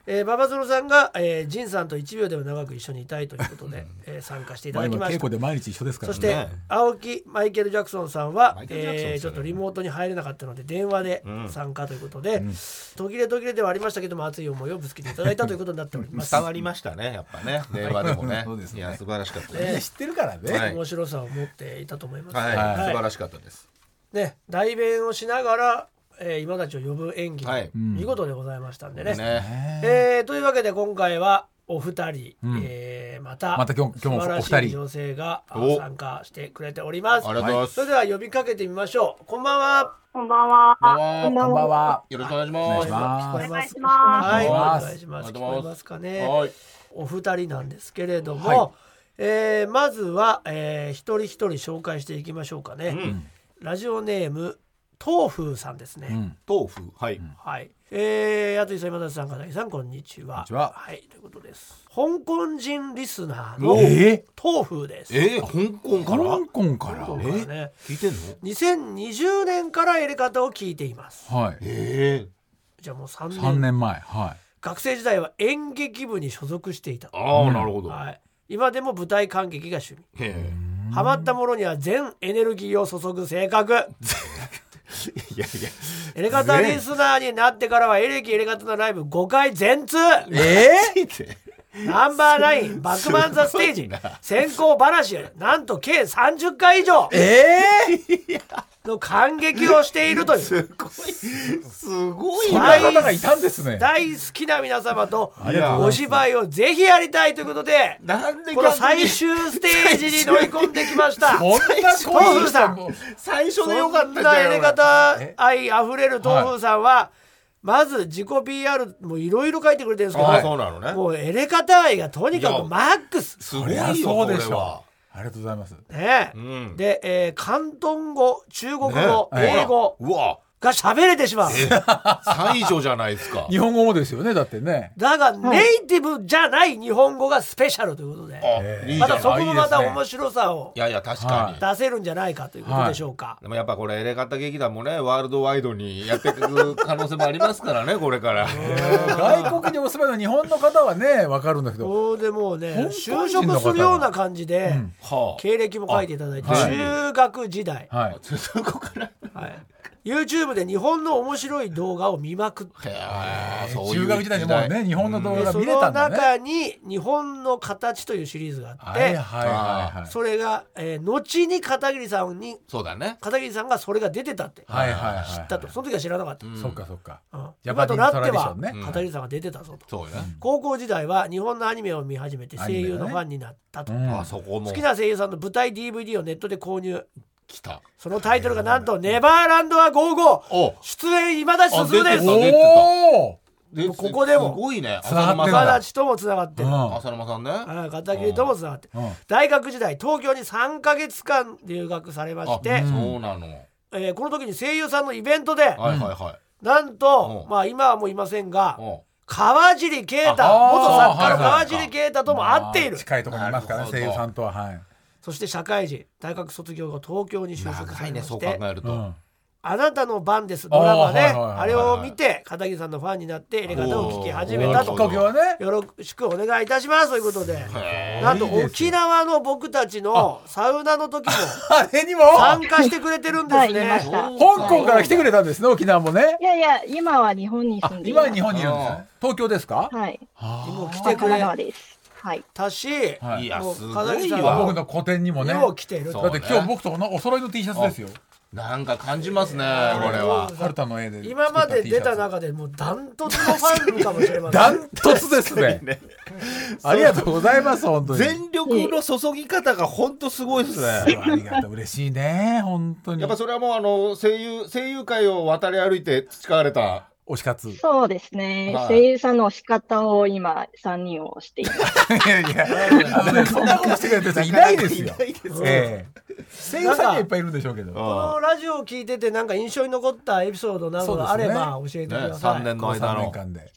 [SPEAKER 1] えー、馬場園さんが、えー、ジンさんと1秒でも長く一緒にいたいということで、えー参加していた
[SPEAKER 3] まあ
[SPEAKER 1] だき
[SPEAKER 3] 今
[SPEAKER 1] ま
[SPEAKER 3] 稽
[SPEAKER 1] した
[SPEAKER 3] 古で毎日一緒ですから
[SPEAKER 1] そ
[SPEAKER 3] ね
[SPEAKER 1] して、
[SPEAKER 2] ね
[SPEAKER 1] 青木マイケル・ジャクソンさんは
[SPEAKER 2] マイケルジャクソ
[SPEAKER 1] え
[SPEAKER 2] ンで
[SPEAKER 1] ー
[SPEAKER 2] す
[SPEAKER 1] ちょっ
[SPEAKER 2] よね
[SPEAKER 1] とリモートに入れなかったので電話で参加ということで、途切れ途切れではありましたけども熱い思いをぶつけていただいたということになっております
[SPEAKER 2] 伝わりましたねやっぱね電話でもね
[SPEAKER 3] そうですね
[SPEAKER 2] いや素晴らしかった
[SPEAKER 3] みん
[SPEAKER 2] で
[SPEAKER 3] な
[SPEAKER 2] す、
[SPEAKER 3] 知ってるからね、
[SPEAKER 2] はい
[SPEAKER 1] 面白さを持っていたと思います、
[SPEAKER 2] はい、
[SPEAKER 3] はい
[SPEAKER 2] 素晴らしかったです
[SPEAKER 1] ね代弁をしながら、えー今たちを呼ぶ演技、
[SPEAKER 2] はい
[SPEAKER 1] 見事でございましたんでね
[SPEAKER 2] ね
[SPEAKER 1] えーというわけで今回はお二人、えーまた
[SPEAKER 3] また今日今日も
[SPEAKER 1] 素晴ら
[SPEAKER 3] お
[SPEAKER 1] し
[SPEAKER 3] 二
[SPEAKER 1] い
[SPEAKER 3] 人
[SPEAKER 1] 女性があ
[SPEAKER 2] お
[SPEAKER 1] 参加してくれております
[SPEAKER 2] ありがとうございます
[SPEAKER 1] それでは呼びかけてみましょうこんばんは
[SPEAKER 5] こんばんは。
[SPEAKER 2] こんば
[SPEAKER 3] こんばんは
[SPEAKER 2] よろしくお願いし
[SPEAKER 3] お
[SPEAKER 1] 聞
[SPEAKER 2] ます
[SPEAKER 3] 願いし
[SPEAKER 1] こ
[SPEAKER 3] ま
[SPEAKER 1] え
[SPEAKER 3] す
[SPEAKER 5] お
[SPEAKER 1] ま
[SPEAKER 5] 願い
[SPEAKER 1] す
[SPEAKER 5] しま
[SPEAKER 1] はい、お願いします。
[SPEAKER 3] お願いします
[SPEAKER 5] す。
[SPEAKER 1] 聞
[SPEAKER 2] お
[SPEAKER 1] こ
[SPEAKER 2] 願いします
[SPEAKER 1] えますか
[SPEAKER 2] は
[SPEAKER 1] ね。
[SPEAKER 2] い
[SPEAKER 1] お二人なんですけれども、
[SPEAKER 3] はい
[SPEAKER 1] えーまずは、えー、一人一人紹介していきましょうかね。ラジオネーム豆腐さんですね。
[SPEAKER 3] うん
[SPEAKER 2] 豆腐はい、
[SPEAKER 1] はい。えー、やついさん今田さん片木さんこんにちは。
[SPEAKER 3] こんにちはい
[SPEAKER 1] ということです。香港人リスナー
[SPEAKER 3] お
[SPEAKER 1] の
[SPEAKER 3] え
[SPEAKER 1] 豆腐です。
[SPEAKER 2] えー、香港
[SPEAKER 3] 香
[SPEAKER 2] から
[SPEAKER 3] 港か
[SPEAKER 1] 香
[SPEAKER 3] ら
[SPEAKER 1] 港からね。
[SPEAKER 2] 聞いてんの
[SPEAKER 1] 2020年からやり方を聞いています。
[SPEAKER 3] はい
[SPEAKER 2] ええ
[SPEAKER 1] じゃあもう3年
[SPEAKER 3] 3年前は
[SPEAKER 1] 学生時代は演劇部に所属していた。
[SPEAKER 2] ああ、なるほど、
[SPEAKER 1] はい。今でも舞台観劇が趣味。
[SPEAKER 2] へえ
[SPEAKER 1] ハマったものには全エネルギーを注ぐ性 格。
[SPEAKER 2] いやいや
[SPEAKER 1] エレガタリスナーになってからはエレキエレガタのライブ5回全通
[SPEAKER 2] ええー、
[SPEAKER 1] ナンバーナイン、バックマンザステージ、先行話や、なんと計30回以上の感激をしているという、
[SPEAKER 2] すごい
[SPEAKER 3] いそんな方がいたんですね
[SPEAKER 1] 大好きな皆様と
[SPEAKER 2] りがとうござい
[SPEAKER 1] お
[SPEAKER 2] ます
[SPEAKER 1] 芝居をぜひやりたいということで、
[SPEAKER 2] なんで
[SPEAKER 1] この最終ステージに乗り込んできま した。
[SPEAKER 3] こんな
[SPEAKER 1] 豆腐さん
[SPEAKER 3] もう
[SPEAKER 2] 最初でよかった
[SPEAKER 1] そんな
[SPEAKER 2] じゃ
[SPEAKER 1] エ
[SPEAKER 2] ん
[SPEAKER 1] レガタ愛あふれる豆腐さんは、まず自己 PR もいろいろ書いてくれてるんですけど、
[SPEAKER 2] ああそうなのね
[SPEAKER 1] もうエレガタ愛がとにか
[SPEAKER 2] い
[SPEAKER 1] く
[SPEAKER 2] や
[SPEAKER 1] マックス。
[SPEAKER 2] す
[SPEAKER 3] こ
[SPEAKER 2] ごい
[SPEAKER 3] れ
[SPEAKER 2] よ
[SPEAKER 3] はそうでし
[SPEAKER 2] これは
[SPEAKER 3] ょうありがとうございます
[SPEAKER 1] ねえ
[SPEAKER 2] うん
[SPEAKER 1] で、えー広東語中国語、
[SPEAKER 3] ね
[SPEAKER 1] 英語
[SPEAKER 2] うわ
[SPEAKER 1] が喋れてしまう。
[SPEAKER 2] 最初じゃないです か
[SPEAKER 3] 日本語もですよねだってね
[SPEAKER 1] だがネイティブじゃない日本語がスペシャルということで、
[SPEAKER 2] あいいじ
[SPEAKER 1] ま
[SPEAKER 2] ゃな
[SPEAKER 1] た
[SPEAKER 2] い
[SPEAKER 1] そこもまた
[SPEAKER 3] いいですね
[SPEAKER 1] 面白さを
[SPEAKER 2] いやいや確かに、
[SPEAKER 1] 出せるんじゃないかということでしょうか。
[SPEAKER 2] でもやっぱこれエレガタ劇団もねワールドワイドにやっていく可能性もありますから ねこれから
[SPEAKER 3] 外国にお住まいの日本の方はねわかるんだけど
[SPEAKER 1] そうでもうね
[SPEAKER 3] 香港
[SPEAKER 1] 就
[SPEAKER 3] 人の方は
[SPEAKER 1] 職するような感じで、
[SPEAKER 2] は
[SPEAKER 1] 経歴も書いていただいて、
[SPEAKER 3] あはい
[SPEAKER 1] 中学時代、
[SPEAKER 3] はい
[SPEAKER 2] あそこ から
[SPEAKER 1] はい、YouTube で日本の面白い動画を見まくって
[SPEAKER 2] へえそういう
[SPEAKER 3] 中学時代にもうね日本の動
[SPEAKER 1] で
[SPEAKER 3] 画が
[SPEAKER 1] そ
[SPEAKER 3] 見れた
[SPEAKER 1] の
[SPEAKER 3] んだね
[SPEAKER 1] 中に「日本の形」というシリーズがあっ
[SPEAKER 3] は
[SPEAKER 1] て、
[SPEAKER 3] いはいはいはい
[SPEAKER 1] それが、えー後に片桐さんに
[SPEAKER 2] そうだね
[SPEAKER 1] 片桐さんがそれが出てたって知
[SPEAKER 3] はいはいはい
[SPEAKER 1] っ、たとその時は知らなかった、うん
[SPEAKER 3] そっかそっか、ジャ
[SPEAKER 1] 今
[SPEAKER 3] パニ
[SPEAKER 1] と
[SPEAKER 3] ー
[SPEAKER 1] な
[SPEAKER 3] ズ
[SPEAKER 1] っ
[SPEAKER 3] ト
[SPEAKER 1] て
[SPEAKER 3] ラディショ
[SPEAKER 1] は
[SPEAKER 3] ンね、
[SPEAKER 1] 片桐さんが出てたぞと、
[SPEAKER 2] そうね、
[SPEAKER 1] 高校時代は日本のアニメを見始めて声優のファンになったと、
[SPEAKER 2] あそこも
[SPEAKER 1] 好きな声優さんの舞台 DVD をネットで購入
[SPEAKER 2] 来た
[SPEAKER 1] そのタイトルがなんと「ネバーランドは55
[SPEAKER 2] お」
[SPEAKER 1] 出演今だし進む
[SPEAKER 2] あ
[SPEAKER 1] です
[SPEAKER 2] 出てた出て
[SPEAKER 3] お
[SPEAKER 2] で
[SPEAKER 1] ここでも
[SPEAKER 2] すごいね
[SPEAKER 3] つながって
[SPEAKER 1] 友
[SPEAKER 2] 浅
[SPEAKER 3] んだ
[SPEAKER 2] 沼さ
[SPEAKER 1] 達ともつながってる、
[SPEAKER 3] お、
[SPEAKER 2] ん浅沼さんね
[SPEAKER 1] はい片桐ともつながってる、
[SPEAKER 3] うん
[SPEAKER 1] 大学時代東京に3か月間留学されまして、
[SPEAKER 2] あそうなの、
[SPEAKER 1] えーこの時に声優さんのイベントで、
[SPEAKER 2] はいはいはい
[SPEAKER 1] なんと、
[SPEAKER 2] うん
[SPEAKER 1] まあ今はもういませんが、
[SPEAKER 2] お
[SPEAKER 1] 川尻啓太
[SPEAKER 3] あ
[SPEAKER 1] 元作家の
[SPEAKER 3] はいはいは
[SPEAKER 1] 川
[SPEAKER 3] い
[SPEAKER 1] 尻啓太とも会っている、
[SPEAKER 3] まあ近いところにいますからね
[SPEAKER 2] なるほ
[SPEAKER 3] 声
[SPEAKER 2] ど
[SPEAKER 3] 優さんとははい、
[SPEAKER 1] そして社会人大学卒業後東京に就職さ
[SPEAKER 2] 長
[SPEAKER 1] れ
[SPEAKER 2] いね
[SPEAKER 1] ま
[SPEAKER 2] そ
[SPEAKER 1] し
[SPEAKER 2] う考
[SPEAKER 1] て、
[SPEAKER 2] えると、
[SPEAKER 3] うん
[SPEAKER 1] あなたの番です」ドラマね
[SPEAKER 3] あーはいはいはい
[SPEAKER 1] あれを見て片桐さんのファンになってエレガタを聴き始めた
[SPEAKER 3] き
[SPEAKER 1] と
[SPEAKER 3] っかけはね
[SPEAKER 1] よろしくお願いいたしますということで
[SPEAKER 2] へ
[SPEAKER 1] なんと
[SPEAKER 3] いいですね
[SPEAKER 1] 沖縄の僕たちのサウナの時も
[SPEAKER 3] あれにも
[SPEAKER 1] 参加してくれてるんで
[SPEAKER 5] は
[SPEAKER 1] す
[SPEAKER 5] い、いまし
[SPEAKER 1] ね。
[SPEAKER 5] た。
[SPEAKER 2] ー
[SPEAKER 5] い
[SPEAKER 3] 香港から来てくれたんですね沖縄もね
[SPEAKER 5] やいや、今は日本に
[SPEAKER 3] あ
[SPEAKER 5] 住んでい
[SPEAKER 3] 今
[SPEAKER 5] ます。
[SPEAKER 3] は日本にいるんですね東京ですか
[SPEAKER 5] はい。
[SPEAKER 1] もう来て
[SPEAKER 5] あ神
[SPEAKER 1] くれ
[SPEAKER 5] 奈川です。はい。
[SPEAKER 1] たし、
[SPEAKER 3] はい
[SPEAKER 2] いや
[SPEAKER 1] もう
[SPEAKER 2] すご
[SPEAKER 1] 片桐
[SPEAKER 2] い
[SPEAKER 1] さん
[SPEAKER 3] あ
[SPEAKER 1] は
[SPEAKER 3] 僕
[SPEAKER 2] わ
[SPEAKER 3] の個展にもね
[SPEAKER 1] よう来ている
[SPEAKER 2] そ
[SPEAKER 1] と
[SPEAKER 2] う
[SPEAKER 3] だって今日僕とお揃いの T シャツですよ
[SPEAKER 2] なんか感じますねこれは
[SPEAKER 3] カルタの絵で
[SPEAKER 1] 今まで出た
[SPEAKER 3] 中
[SPEAKER 1] 中でもうダントツのファンかもしれませ
[SPEAKER 3] ダ
[SPEAKER 1] ん。
[SPEAKER 3] ントツです ねありがとうございます本当に
[SPEAKER 2] 全力の注ぎ方が本当すごいですね
[SPEAKER 3] ありがとう嬉しいね本当に
[SPEAKER 2] やっぱそれはもうあの声優声優界を渡り歩いて培われた
[SPEAKER 3] 推し活い
[SPEAKER 5] そうですね。
[SPEAKER 2] はい
[SPEAKER 5] 声優さんの押し方を今、三人をしています。
[SPEAKER 3] や いやあのねそんなことしてくれてる人いないですよ
[SPEAKER 2] ないです
[SPEAKER 3] ええ声優さんにはいっぱいいるんでしょうけど
[SPEAKER 1] このラジオを聞いててなんか印象に残ったエピソードなどがあれば教えてく
[SPEAKER 2] ね
[SPEAKER 1] ださ
[SPEAKER 2] 三
[SPEAKER 1] い。
[SPEAKER 2] 年
[SPEAKER 3] こ
[SPEAKER 2] の
[SPEAKER 3] の
[SPEAKER 2] 間
[SPEAKER 3] 3年
[SPEAKER 2] の
[SPEAKER 3] 間で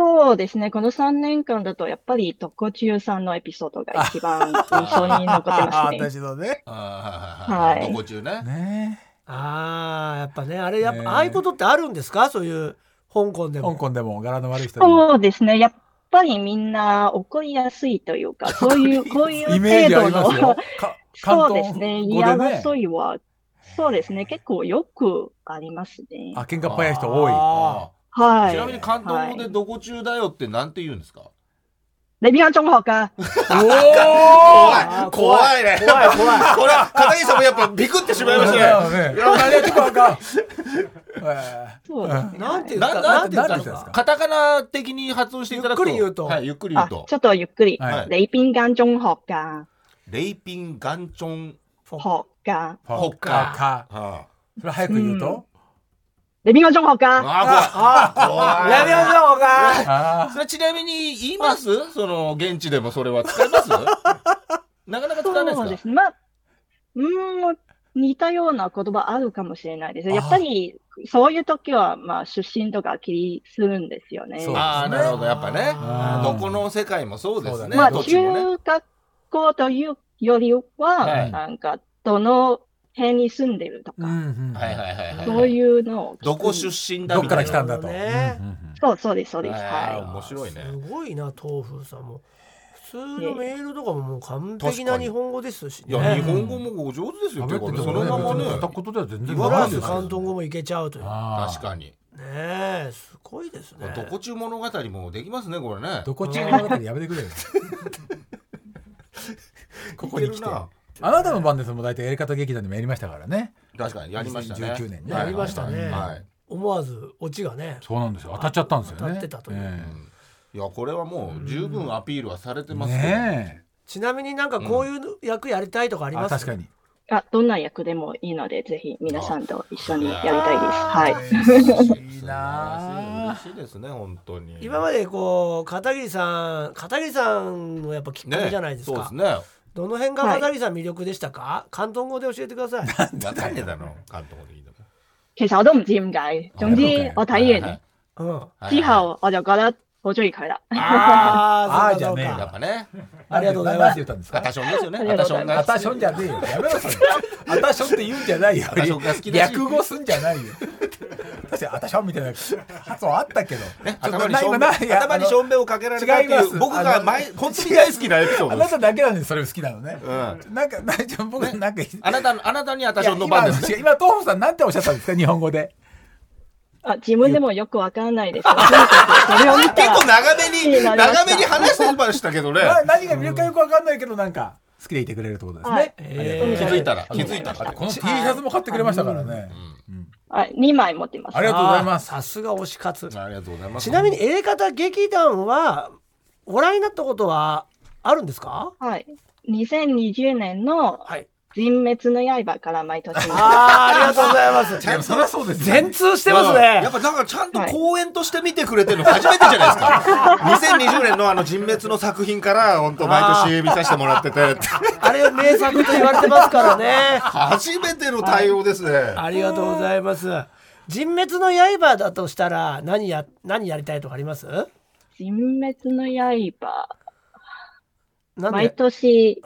[SPEAKER 5] そうですね。この3年間だと、やっぱり特中さんのエピソードが一番印象に残ってますね。
[SPEAKER 3] 私のね
[SPEAKER 2] あー
[SPEAKER 5] はい
[SPEAKER 2] どこ中ね
[SPEAKER 3] ね
[SPEAKER 1] ああやっぱねあれやっぱ、
[SPEAKER 3] ねえ
[SPEAKER 1] ああいうことってあるんですかそういう香港で
[SPEAKER 3] え
[SPEAKER 1] も。
[SPEAKER 3] 香港でも柄の悪い人も
[SPEAKER 5] そうですね。やっぱりみんな怒りやすいというか、そういう、こういう
[SPEAKER 3] イメージあ
[SPEAKER 5] 程
[SPEAKER 3] りま
[SPEAKER 5] 度
[SPEAKER 3] すよ
[SPEAKER 5] の、
[SPEAKER 3] か
[SPEAKER 5] そう
[SPEAKER 3] 関
[SPEAKER 5] で
[SPEAKER 3] 東
[SPEAKER 5] す
[SPEAKER 3] 語
[SPEAKER 5] ね。
[SPEAKER 3] で
[SPEAKER 5] 嫌な
[SPEAKER 3] ね
[SPEAKER 5] 争いは、そうですね。結構よくありますね
[SPEAKER 3] あ。喧嘩っ早い人多い
[SPEAKER 1] あ
[SPEAKER 5] はい。
[SPEAKER 2] ちなみに関東語
[SPEAKER 5] は
[SPEAKER 2] で
[SPEAKER 5] い
[SPEAKER 2] どこ中だよってなんて言うんですか
[SPEAKER 5] レビアン中学か。
[SPEAKER 1] い
[SPEAKER 3] お
[SPEAKER 1] あー怖
[SPEAKER 2] いね
[SPEAKER 1] 怖い怖い。
[SPEAKER 2] これは片桐さんもやっぱビクってしまいましたね
[SPEAKER 3] ね。いや、何やってこあかん。
[SPEAKER 5] そうですね。
[SPEAKER 1] なんて言っ
[SPEAKER 2] な
[SPEAKER 1] た
[SPEAKER 2] な
[SPEAKER 1] なんん
[SPEAKER 2] て
[SPEAKER 1] て
[SPEAKER 2] 言
[SPEAKER 1] 言ったた
[SPEAKER 2] っん
[SPEAKER 1] の
[SPEAKER 2] ですか
[SPEAKER 1] か。
[SPEAKER 2] カタカナ的に発音していただくと
[SPEAKER 1] ゆっくり言うと
[SPEAKER 2] はいゆっくり言
[SPEAKER 5] あ
[SPEAKER 2] うと
[SPEAKER 5] ちょっとゆっくり。
[SPEAKER 3] はい
[SPEAKER 5] レイピンガン中学か。
[SPEAKER 2] レイピンガンチョン
[SPEAKER 5] 学か。
[SPEAKER 2] ホッ
[SPEAKER 3] か
[SPEAKER 2] カ
[SPEAKER 3] か。
[SPEAKER 2] あ
[SPEAKER 3] それ早く言うと。
[SPEAKER 5] レビンガン中学
[SPEAKER 2] ー
[SPEAKER 5] か。
[SPEAKER 2] あ
[SPEAKER 1] あ
[SPEAKER 2] ー怖い
[SPEAKER 1] やめましょうか。
[SPEAKER 3] あ
[SPEAKER 2] それちなみに言いますその現地でもそれは使いますなかなか使わないで
[SPEAKER 5] そ
[SPEAKER 2] す
[SPEAKER 5] う
[SPEAKER 2] か
[SPEAKER 5] ですね。まあ、うーん、似たような言葉あるかもしれないです。
[SPEAKER 3] あ
[SPEAKER 5] やっぱり、そういう時は、まあ、出身とか気にするんですよね。
[SPEAKER 3] そう
[SPEAKER 2] ああ
[SPEAKER 3] そうですね
[SPEAKER 2] なるほどやっぱね
[SPEAKER 1] あ
[SPEAKER 3] ー
[SPEAKER 2] どこの世界もそうです
[SPEAKER 3] そうだ
[SPEAKER 2] ね
[SPEAKER 3] ね
[SPEAKER 5] まあ、
[SPEAKER 2] どっちもね
[SPEAKER 5] 中学校というよりは、
[SPEAKER 2] はい
[SPEAKER 5] なんか、どの辺に住んでると
[SPEAKER 3] あ。
[SPEAKER 5] か、
[SPEAKER 2] はいはいはいはい
[SPEAKER 5] そういうのを聞く。
[SPEAKER 2] どこ出身だ
[SPEAKER 3] どっ
[SPEAKER 2] み
[SPEAKER 3] か
[SPEAKER 2] たい
[SPEAKER 3] ら
[SPEAKER 2] な
[SPEAKER 3] 来たんだと。
[SPEAKER 1] ね
[SPEAKER 5] そう、そうです、そうです。
[SPEAKER 2] あー
[SPEAKER 5] は
[SPEAKER 2] 面白いね
[SPEAKER 1] すごいな豆腐さんも。普通のメールとかももう完璧な日本語ですし
[SPEAKER 2] いや
[SPEAKER 1] ね
[SPEAKER 2] 日。本語もお上手ですよってことそのままね
[SPEAKER 3] 片言では全然
[SPEAKER 1] プラス
[SPEAKER 2] 言わ
[SPEAKER 1] 広東語もいけちゃうという。ね
[SPEAKER 2] 確
[SPEAKER 3] 確
[SPEAKER 2] かに
[SPEAKER 1] えすごいですね。
[SPEAKER 2] どこ中物語もできますねこれね
[SPEAKER 3] どこ中の中でやめてく れよ。ここに来
[SPEAKER 2] いけ
[SPEAKER 3] て
[SPEAKER 2] る。な
[SPEAKER 3] あなたの番ですもん大体やり方劇団でもやりましたからね。
[SPEAKER 2] 確かにやりましたね
[SPEAKER 3] 2019年ね
[SPEAKER 2] はい
[SPEAKER 1] やりましたね
[SPEAKER 2] はい
[SPEAKER 1] 思わずオチがね。
[SPEAKER 3] そうなんですよ。当たっちゃったんですよ
[SPEAKER 1] 当
[SPEAKER 3] ね。
[SPEAKER 1] たってたという
[SPEAKER 3] え
[SPEAKER 2] いやこれはもう十分アピールはされて
[SPEAKER 3] え
[SPEAKER 2] ますけど
[SPEAKER 3] ね
[SPEAKER 1] ちなみになんかこういう役やりたいとかあ
[SPEAKER 3] え。
[SPEAKER 1] り
[SPEAKER 3] あ
[SPEAKER 1] ます？
[SPEAKER 3] 確かに。
[SPEAKER 5] い。あ、どんな役でもいいので、ぜひ皆さんと一緒にやりたいです。はい。
[SPEAKER 3] いい
[SPEAKER 2] 素晴
[SPEAKER 3] な
[SPEAKER 2] ら
[SPEAKER 3] あ
[SPEAKER 2] しい嬉しいですね本当に
[SPEAKER 1] 今までこう片桐さん片桐さんのやっぱきっかけじゃないです
[SPEAKER 2] ね
[SPEAKER 1] か、
[SPEAKER 2] そうですね
[SPEAKER 1] どの辺が片桐さん魅力でしたか、広東語で教えてください
[SPEAKER 2] わかんねえだろ監督でいいの
[SPEAKER 5] 其實我都唔知點解，總之我睇完
[SPEAKER 1] うん
[SPEAKER 5] 之後，我就覺得好中意佢啦。
[SPEAKER 1] あ
[SPEAKER 3] あ
[SPEAKER 1] あ
[SPEAKER 3] ー
[SPEAKER 1] そうかそう
[SPEAKER 3] じゃ
[SPEAKER 2] や
[SPEAKER 1] か
[SPEAKER 2] っぱね
[SPEAKER 1] ありがとうございます
[SPEAKER 3] なんて言ったんです
[SPEAKER 2] ア
[SPEAKER 3] か
[SPEAKER 2] タ。ションですよね
[SPEAKER 5] ありがとうございます
[SPEAKER 2] ア
[SPEAKER 3] あ
[SPEAKER 2] タ
[SPEAKER 3] た
[SPEAKER 2] シ
[SPEAKER 3] し
[SPEAKER 2] ョ
[SPEAKER 3] ょ
[SPEAKER 2] ン
[SPEAKER 3] ん
[SPEAKER 2] が
[SPEAKER 3] じゃねえよ。やめろそれ。あたしょんって言うんじゃないよ。
[SPEAKER 2] たしょんが好きだし
[SPEAKER 3] 略語すんじゃないよ。確かにあたしょんみたいな発音あったけど。ちょっ
[SPEAKER 2] 頭
[SPEAKER 3] と
[SPEAKER 2] にしょんべん
[SPEAKER 3] な今ないや
[SPEAKER 2] 頭にしょんべんをかけられたって
[SPEAKER 3] 違い
[SPEAKER 2] い
[SPEAKER 3] ま
[SPEAKER 2] う
[SPEAKER 3] す
[SPEAKER 2] 僕が前本当に大好きなエピソ
[SPEAKER 3] あ
[SPEAKER 2] ード
[SPEAKER 3] のあ
[SPEAKER 2] で
[SPEAKER 3] な
[SPEAKER 2] す
[SPEAKER 3] ただけなんですそれ好きなのね。
[SPEAKER 2] う
[SPEAKER 3] なんか大丈夫僕なんか。
[SPEAKER 2] あなたのあなたにアタ
[SPEAKER 3] い
[SPEAKER 2] シ
[SPEAKER 3] や
[SPEAKER 2] ョンの番です
[SPEAKER 3] 今の違う今東本さんなんておっしゃったんですか日本語で。
[SPEAKER 5] あ、自分でもよくわからないです。とにかくそれを見た
[SPEAKER 2] 結
[SPEAKER 5] ら
[SPEAKER 2] 構長めに
[SPEAKER 5] いいのありました
[SPEAKER 2] 長めに話してましたけどね
[SPEAKER 3] な何が魅力かよくわかんないけどなんか好きでいてくれるってことです
[SPEAKER 5] はい
[SPEAKER 3] ね。
[SPEAKER 1] え
[SPEAKER 2] 気
[SPEAKER 1] ー
[SPEAKER 2] づいたら気づいた
[SPEAKER 3] あ
[SPEAKER 2] ら
[SPEAKER 3] とこの T シャツも買ってくれましたからね。
[SPEAKER 5] あ二枚持ってます
[SPEAKER 3] あ。りがとうございます
[SPEAKER 1] あーさすが推し活
[SPEAKER 2] ありがとうございます
[SPEAKER 1] ちなみに A 型劇団はご覧になったことはあるんですか
[SPEAKER 5] はい。2020年の
[SPEAKER 1] はい
[SPEAKER 5] 人滅の刃から毎
[SPEAKER 1] あ
[SPEAKER 5] 年。
[SPEAKER 1] ーありがとうございます
[SPEAKER 3] いやそりゃそうですよ
[SPEAKER 1] 全通してますね
[SPEAKER 2] やっぱなんかちゃんと公演として見てくれてるの初めてじゃないですか。2020年のあの人滅の作品から本当毎年見させてもらってて、
[SPEAKER 1] あれ名作と言われてますからね
[SPEAKER 2] 初めての対応ですね。
[SPEAKER 1] ありがとうございます人滅の刃だとしたら何や何やりたいとかあります
[SPEAKER 5] 人滅の刃。
[SPEAKER 1] なん
[SPEAKER 5] 毎
[SPEAKER 1] で
[SPEAKER 5] 年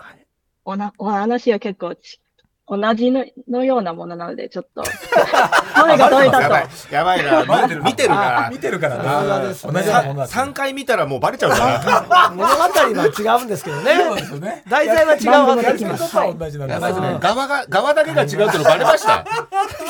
[SPEAKER 5] おなお話は結構ち同じののようなものなので、ちょっと、声がどれ
[SPEAKER 2] やば
[SPEAKER 5] だ
[SPEAKER 2] いやばいなバレてる見てるな
[SPEAKER 3] 見てるから
[SPEAKER 1] さすが
[SPEAKER 3] な
[SPEAKER 1] で
[SPEAKER 3] 同
[SPEAKER 1] す
[SPEAKER 3] じ
[SPEAKER 1] ね
[SPEAKER 3] ようなものだった
[SPEAKER 2] 3回見たらもうバレちゃうか
[SPEAKER 1] 物語は違うんですけど ね
[SPEAKER 3] そうですよね
[SPEAKER 1] 題材は違うはず
[SPEAKER 3] や
[SPEAKER 1] で
[SPEAKER 3] り
[SPEAKER 1] す
[SPEAKER 3] 方と
[SPEAKER 5] は
[SPEAKER 3] はい同じなん
[SPEAKER 2] ら
[SPEAKER 3] で
[SPEAKER 2] や
[SPEAKER 3] す
[SPEAKER 2] ばい
[SPEAKER 3] け
[SPEAKER 2] です
[SPEAKER 3] ど
[SPEAKER 2] ね側が側だけが違うってのバレました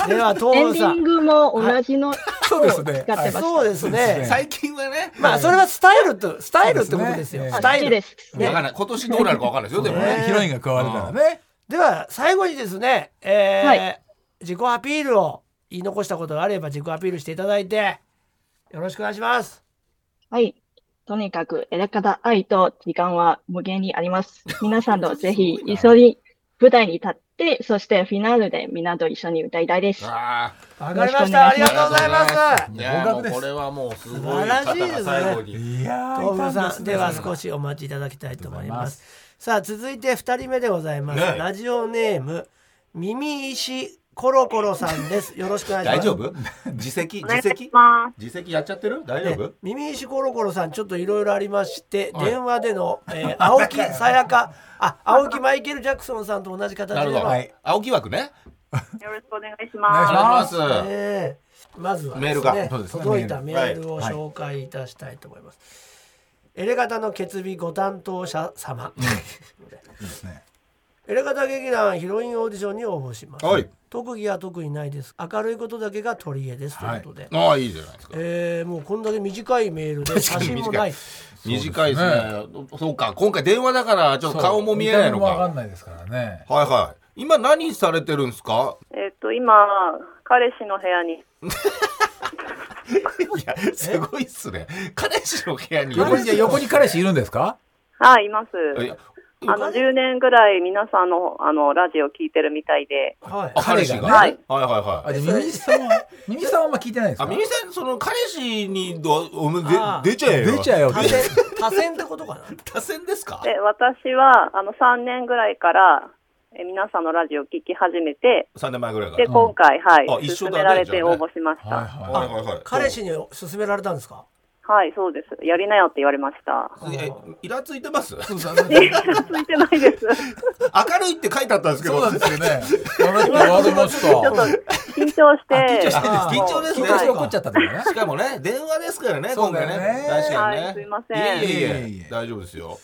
[SPEAKER 1] では
[SPEAKER 5] と。エン
[SPEAKER 1] 東
[SPEAKER 5] デ
[SPEAKER 1] 郷さ
[SPEAKER 5] ィン
[SPEAKER 1] ん
[SPEAKER 5] グも同じのを使
[SPEAKER 3] そうですね
[SPEAKER 5] ってました。
[SPEAKER 1] そうですね
[SPEAKER 2] 最近はね
[SPEAKER 1] まあそれはスタイルとスタイルってことですよ
[SPEAKER 3] そうですね
[SPEAKER 1] スタ
[SPEAKER 5] あっ
[SPEAKER 1] イ
[SPEAKER 5] ち
[SPEAKER 1] ル
[SPEAKER 5] です。
[SPEAKER 2] わかんない今年どうなるかわかんないですよでもね
[SPEAKER 3] ヒロインが加わるからね
[SPEAKER 1] では最後にですね、えー
[SPEAKER 5] は
[SPEAKER 1] 自己アピールを言い残したことがあれば自己アピールしていただいてよろしくお願いします。
[SPEAKER 5] はい。とにかく、エレカタ愛と時間は無限にあります。皆さんとぜひ一緒に舞台に立って、そしてフィナーレでみんなと一緒に歌いたいです。
[SPEAKER 2] あ
[SPEAKER 1] わかりました。ありがとうございます。
[SPEAKER 2] いやーも
[SPEAKER 3] 合格
[SPEAKER 2] う
[SPEAKER 3] です
[SPEAKER 2] これはもうすごい
[SPEAKER 1] 素晴らしい
[SPEAKER 2] 方
[SPEAKER 1] です
[SPEAKER 2] が
[SPEAKER 1] ね
[SPEAKER 2] 最後に
[SPEAKER 3] いやー
[SPEAKER 1] 東村さんでは
[SPEAKER 3] し
[SPEAKER 1] 少しお待ちいただきたいと思いま。
[SPEAKER 3] ありがとうございます
[SPEAKER 1] さあ続いて二人目でございます。
[SPEAKER 2] ねえ
[SPEAKER 1] ラジオネーム耳石コロコロさんです。よろしくお願いします。
[SPEAKER 2] 大丈夫 自責
[SPEAKER 6] お願
[SPEAKER 2] 自
[SPEAKER 6] いし
[SPEAKER 2] 責
[SPEAKER 6] ます。
[SPEAKER 2] 自責やっちゃってる大丈
[SPEAKER 1] ね
[SPEAKER 2] 夫、
[SPEAKER 1] 耳石コロコロさんちょっといろいろありまして、
[SPEAKER 2] はい
[SPEAKER 1] 電話での、えー青木さやかあ青木マイケル・ジャクソンさんと同じ形
[SPEAKER 2] な
[SPEAKER 1] で
[SPEAKER 2] る
[SPEAKER 1] の
[SPEAKER 2] ほど、
[SPEAKER 3] はい
[SPEAKER 2] 青木枠ね
[SPEAKER 6] よろしくお願いし
[SPEAKER 3] お願い
[SPEAKER 6] ま
[SPEAKER 3] し
[SPEAKER 6] す。
[SPEAKER 2] お願いします
[SPEAKER 1] ええまずは
[SPEAKER 2] メールが
[SPEAKER 1] ですね
[SPEAKER 3] そうですね
[SPEAKER 1] 届いたメ
[SPEAKER 2] メール
[SPEAKER 1] ールを紹介いたしたいと思います。エレガタの決備ご担当者様、
[SPEAKER 3] いですね
[SPEAKER 1] エレガタ劇団ヒロインオーディションに応募します。
[SPEAKER 2] はい
[SPEAKER 1] 特技は特にないです。明るいことだけが取り柄ですということで、
[SPEAKER 2] ああいいじゃないですか
[SPEAKER 1] えーもうこんだけ短いメールで写真もない。
[SPEAKER 2] 短いですねそうか今回電話だからちょっと顔も見えないの
[SPEAKER 3] 見た目も
[SPEAKER 2] か
[SPEAKER 3] わかんないですからね
[SPEAKER 2] はいはい今何されてるんですか
[SPEAKER 6] えっと、今、彼氏の部屋に、
[SPEAKER 2] いやすごいっすね彼氏の部屋に
[SPEAKER 3] 横にじゃあ横に彼氏いるんですか
[SPEAKER 6] はい、います。
[SPEAKER 2] え
[SPEAKER 6] あの、10年ぐらい皆さんの、あの、ラジオ聞いてるみたいで、
[SPEAKER 1] はい。
[SPEAKER 2] あ彼氏が、
[SPEAKER 3] 彼がね
[SPEAKER 6] はい
[SPEAKER 2] はいはいは
[SPEAKER 3] あ
[SPEAKER 2] い
[SPEAKER 3] じゃあミミジさんはミミジさんはあんま聞いてないです
[SPEAKER 2] あ
[SPEAKER 3] か
[SPEAKER 2] みみさんその彼氏にどおめ
[SPEAKER 1] あー
[SPEAKER 2] で出ちゃえよ
[SPEAKER 3] 出ちゃえよ
[SPEAKER 1] 多選多選ってことかな。
[SPEAKER 2] 多選ですか
[SPEAKER 6] で、私は、あの、3年ぐらいから、え皆さんのラジオ聞き始めて、
[SPEAKER 2] 三年前ぐらいか
[SPEAKER 6] で、
[SPEAKER 2] ら
[SPEAKER 3] ん
[SPEAKER 6] 今回、はい
[SPEAKER 2] あ、一緒
[SPEAKER 6] 勧
[SPEAKER 2] だね
[SPEAKER 6] められ
[SPEAKER 2] じゃ
[SPEAKER 6] て
[SPEAKER 2] あね
[SPEAKER 6] 応募しまし
[SPEAKER 3] はい
[SPEAKER 6] た。
[SPEAKER 3] は
[SPEAKER 2] はいはいはい
[SPEAKER 1] 彼氏に勧められたんですか。
[SPEAKER 6] はい、そうです。やりなよって言われ ました。
[SPEAKER 2] えイラついてます
[SPEAKER 3] いそうそう
[SPEAKER 6] えついてないです。
[SPEAKER 2] 明るいって書いてあったんですけ
[SPEAKER 3] そ
[SPEAKER 2] ど
[SPEAKER 3] うなんですよねあの人ワードもちょっと
[SPEAKER 6] 緊張して、
[SPEAKER 1] あ
[SPEAKER 2] 緊張です
[SPEAKER 3] 緊
[SPEAKER 2] ね
[SPEAKER 3] 張して怒っちゃったんだよね
[SPEAKER 2] しかもね電話ですからね今
[SPEAKER 3] そうだ
[SPEAKER 2] 回
[SPEAKER 3] よね
[SPEAKER 2] ね確かにね、
[SPEAKER 6] はいすいませ
[SPEAKER 2] い
[SPEAKER 6] ん
[SPEAKER 2] えいえいえ
[SPEAKER 3] いえいえ
[SPEAKER 2] 大丈夫ですよ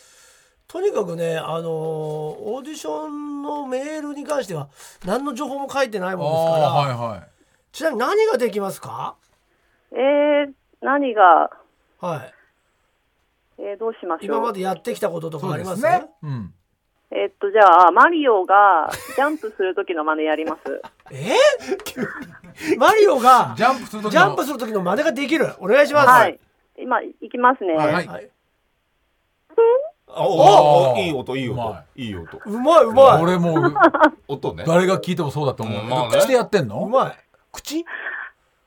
[SPEAKER 1] とにかくね、あのーオーディションのメールに関しては何の情報も書いてない
[SPEAKER 3] あ
[SPEAKER 1] もんですから、
[SPEAKER 3] あはいはい
[SPEAKER 1] ちなみに何ができますか
[SPEAKER 6] えー、何が、
[SPEAKER 1] はい
[SPEAKER 6] えーどうしましょう。
[SPEAKER 1] 今までやってきたこととか
[SPEAKER 3] そ
[SPEAKER 1] あ
[SPEAKER 3] う
[SPEAKER 1] り
[SPEAKER 3] で
[SPEAKER 1] ますす
[SPEAKER 3] ね
[SPEAKER 1] ね
[SPEAKER 3] うん
[SPEAKER 6] えっと、じゃあ、マリオがジャンプするときの真似や ります。
[SPEAKER 1] えーマリオが
[SPEAKER 3] ジャンプする時の
[SPEAKER 1] ジャンプする時の真似ができるお願いします、
[SPEAKER 6] はい。今、いきますね。
[SPEAKER 2] はい
[SPEAKER 3] はい
[SPEAKER 1] はい、
[SPEAKER 2] あおお
[SPEAKER 3] おー
[SPEAKER 2] いい音いいう音
[SPEAKER 3] ま
[SPEAKER 2] いい音
[SPEAKER 1] うまいうまいう
[SPEAKER 3] 俺もう
[SPEAKER 2] 音ね
[SPEAKER 3] 誰が聞いてもそうだと思う、
[SPEAKER 2] うんまあね
[SPEAKER 3] 口でやってんの
[SPEAKER 1] まい口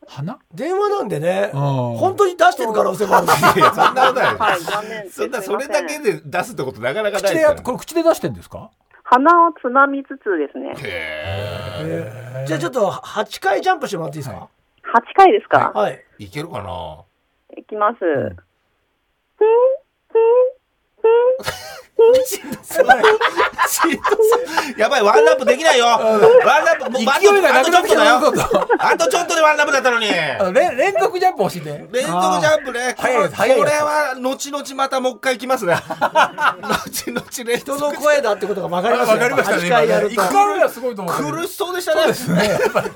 [SPEAKER 3] 鼻
[SPEAKER 1] 電話なんでね
[SPEAKER 3] うん
[SPEAKER 1] 本当に出してる可能性もある
[SPEAKER 2] いやそんなことな
[SPEAKER 6] はいい、残念です。
[SPEAKER 2] そんな
[SPEAKER 6] す
[SPEAKER 2] そ
[SPEAKER 6] いま
[SPEAKER 2] れ
[SPEAKER 6] せん
[SPEAKER 2] だけで出すってことなかなかな
[SPEAKER 3] 口
[SPEAKER 2] い
[SPEAKER 3] で
[SPEAKER 2] です
[SPEAKER 3] や
[SPEAKER 2] か
[SPEAKER 3] っ
[SPEAKER 2] ら
[SPEAKER 3] これ口で出してんですか
[SPEAKER 6] 鼻をつまみつつですね。
[SPEAKER 2] へ
[SPEAKER 1] じゃあちょっと8回ジャンプしてもらっていいですか
[SPEAKER 6] 8回ですか。
[SPEAKER 1] はい、
[SPEAKER 2] ーいけるかない
[SPEAKER 6] きます。
[SPEAKER 2] やばいワンラップでき ないよワンラップもうあと
[SPEAKER 3] 勢いがなくなってきた
[SPEAKER 2] あ
[SPEAKER 3] よ
[SPEAKER 2] とちょっとだよあとちょっとでワンラップだったの に
[SPEAKER 3] あのれ連続ジャンプ欲しいね
[SPEAKER 2] 連続ジャンプね。こ
[SPEAKER 3] 早い
[SPEAKER 2] れ
[SPEAKER 3] やつ早い
[SPEAKER 2] こ
[SPEAKER 3] や
[SPEAKER 2] れ
[SPEAKER 3] つ
[SPEAKER 2] は後々またもう一回来 ますね。後々連
[SPEAKER 1] 人
[SPEAKER 2] 続
[SPEAKER 1] の声だってことが分かります
[SPEAKER 3] わかりましたね
[SPEAKER 1] 8
[SPEAKER 3] 今
[SPEAKER 1] 回
[SPEAKER 3] ね
[SPEAKER 1] やる
[SPEAKER 3] 一
[SPEAKER 1] と
[SPEAKER 3] 回目はすごいと思う
[SPEAKER 2] 苦しそうでしたね。
[SPEAKER 3] ねやっぱり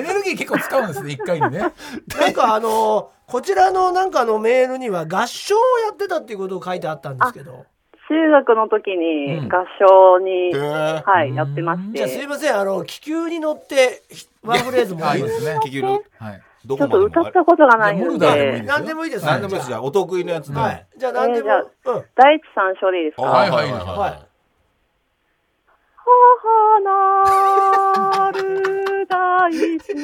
[SPEAKER 3] エネルギー結構使うんですね一回にね
[SPEAKER 1] なんかあのーこちらのなんかのメールには合唱をやってたっていうことを書いてあったんですけど
[SPEAKER 6] 中学の時に
[SPEAKER 3] うん
[SPEAKER 6] 合唱に、
[SPEAKER 2] へー
[SPEAKER 6] はい、やってまし
[SPEAKER 1] じゃあすい
[SPEAKER 6] て。
[SPEAKER 1] ませんあの気球に乗ってひワンフレーズも
[SPEAKER 3] あ
[SPEAKER 1] い
[SPEAKER 3] い
[SPEAKER 1] い
[SPEAKER 3] い
[SPEAKER 1] で
[SPEAKER 3] ですすね
[SPEAKER 2] 結局
[SPEAKER 3] はい
[SPEAKER 2] ど
[SPEAKER 6] ち
[SPEAKER 2] こ
[SPEAKER 6] ょっと
[SPEAKER 2] まで
[SPEAKER 6] 歌
[SPEAKER 2] もあ
[SPEAKER 6] っ
[SPEAKER 2] る。
[SPEAKER 6] たことがない
[SPEAKER 3] じゃあモ
[SPEAKER 6] の
[SPEAKER 3] ルダーでも
[SPEAKER 1] 何でもい
[SPEAKER 3] いいで、
[SPEAKER 6] で
[SPEAKER 1] いです
[SPEAKER 2] 何でもいいです
[SPEAKER 1] じゃ
[SPEAKER 2] よ。お得意のやつ
[SPEAKER 1] あは
[SPEAKER 2] ね。
[SPEAKER 1] いじゃあ何でも
[SPEAKER 6] えー
[SPEAKER 1] うん
[SPEAKER 6] 第一三章でいいですか。
[SPEAKER 3] はいはい
[SPEAKER 1] はい
[SPEAKER 6] 母な る大地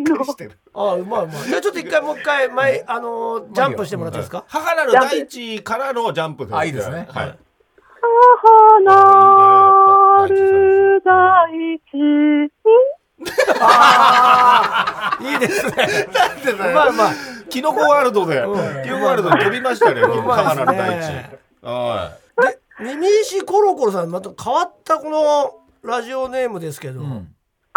[SPEAKER 6] の。
[SPEAKER 1] ああうまいうまいじゃあちょっと一回もう一回前あのージャンプしてもらっていいですか
[SPEAKER 2] 母なる大地からのジャンプ
[SPEAKER 3] あいいですね
[SPEAKER 2] はい。
[SPEAKER 6] 母なる大地に。
[SPEAKER 1] いいですね
[SPEAKER 2] う
[SPEAKER 1] うまいうまい
[SPEAKER 2] キノコワールドで、キノコワールドに飛びましたね。
[SPEAKER 1] うまい
[SPEAKER 2] 母
[SPEAKER 1] ですね
[SPEAKER 2] なる大地。はい。
[SPEAKER 1] で耳石コロコロさんまた変わったこのラジオネームですけど、
[SPEAKER 3] うん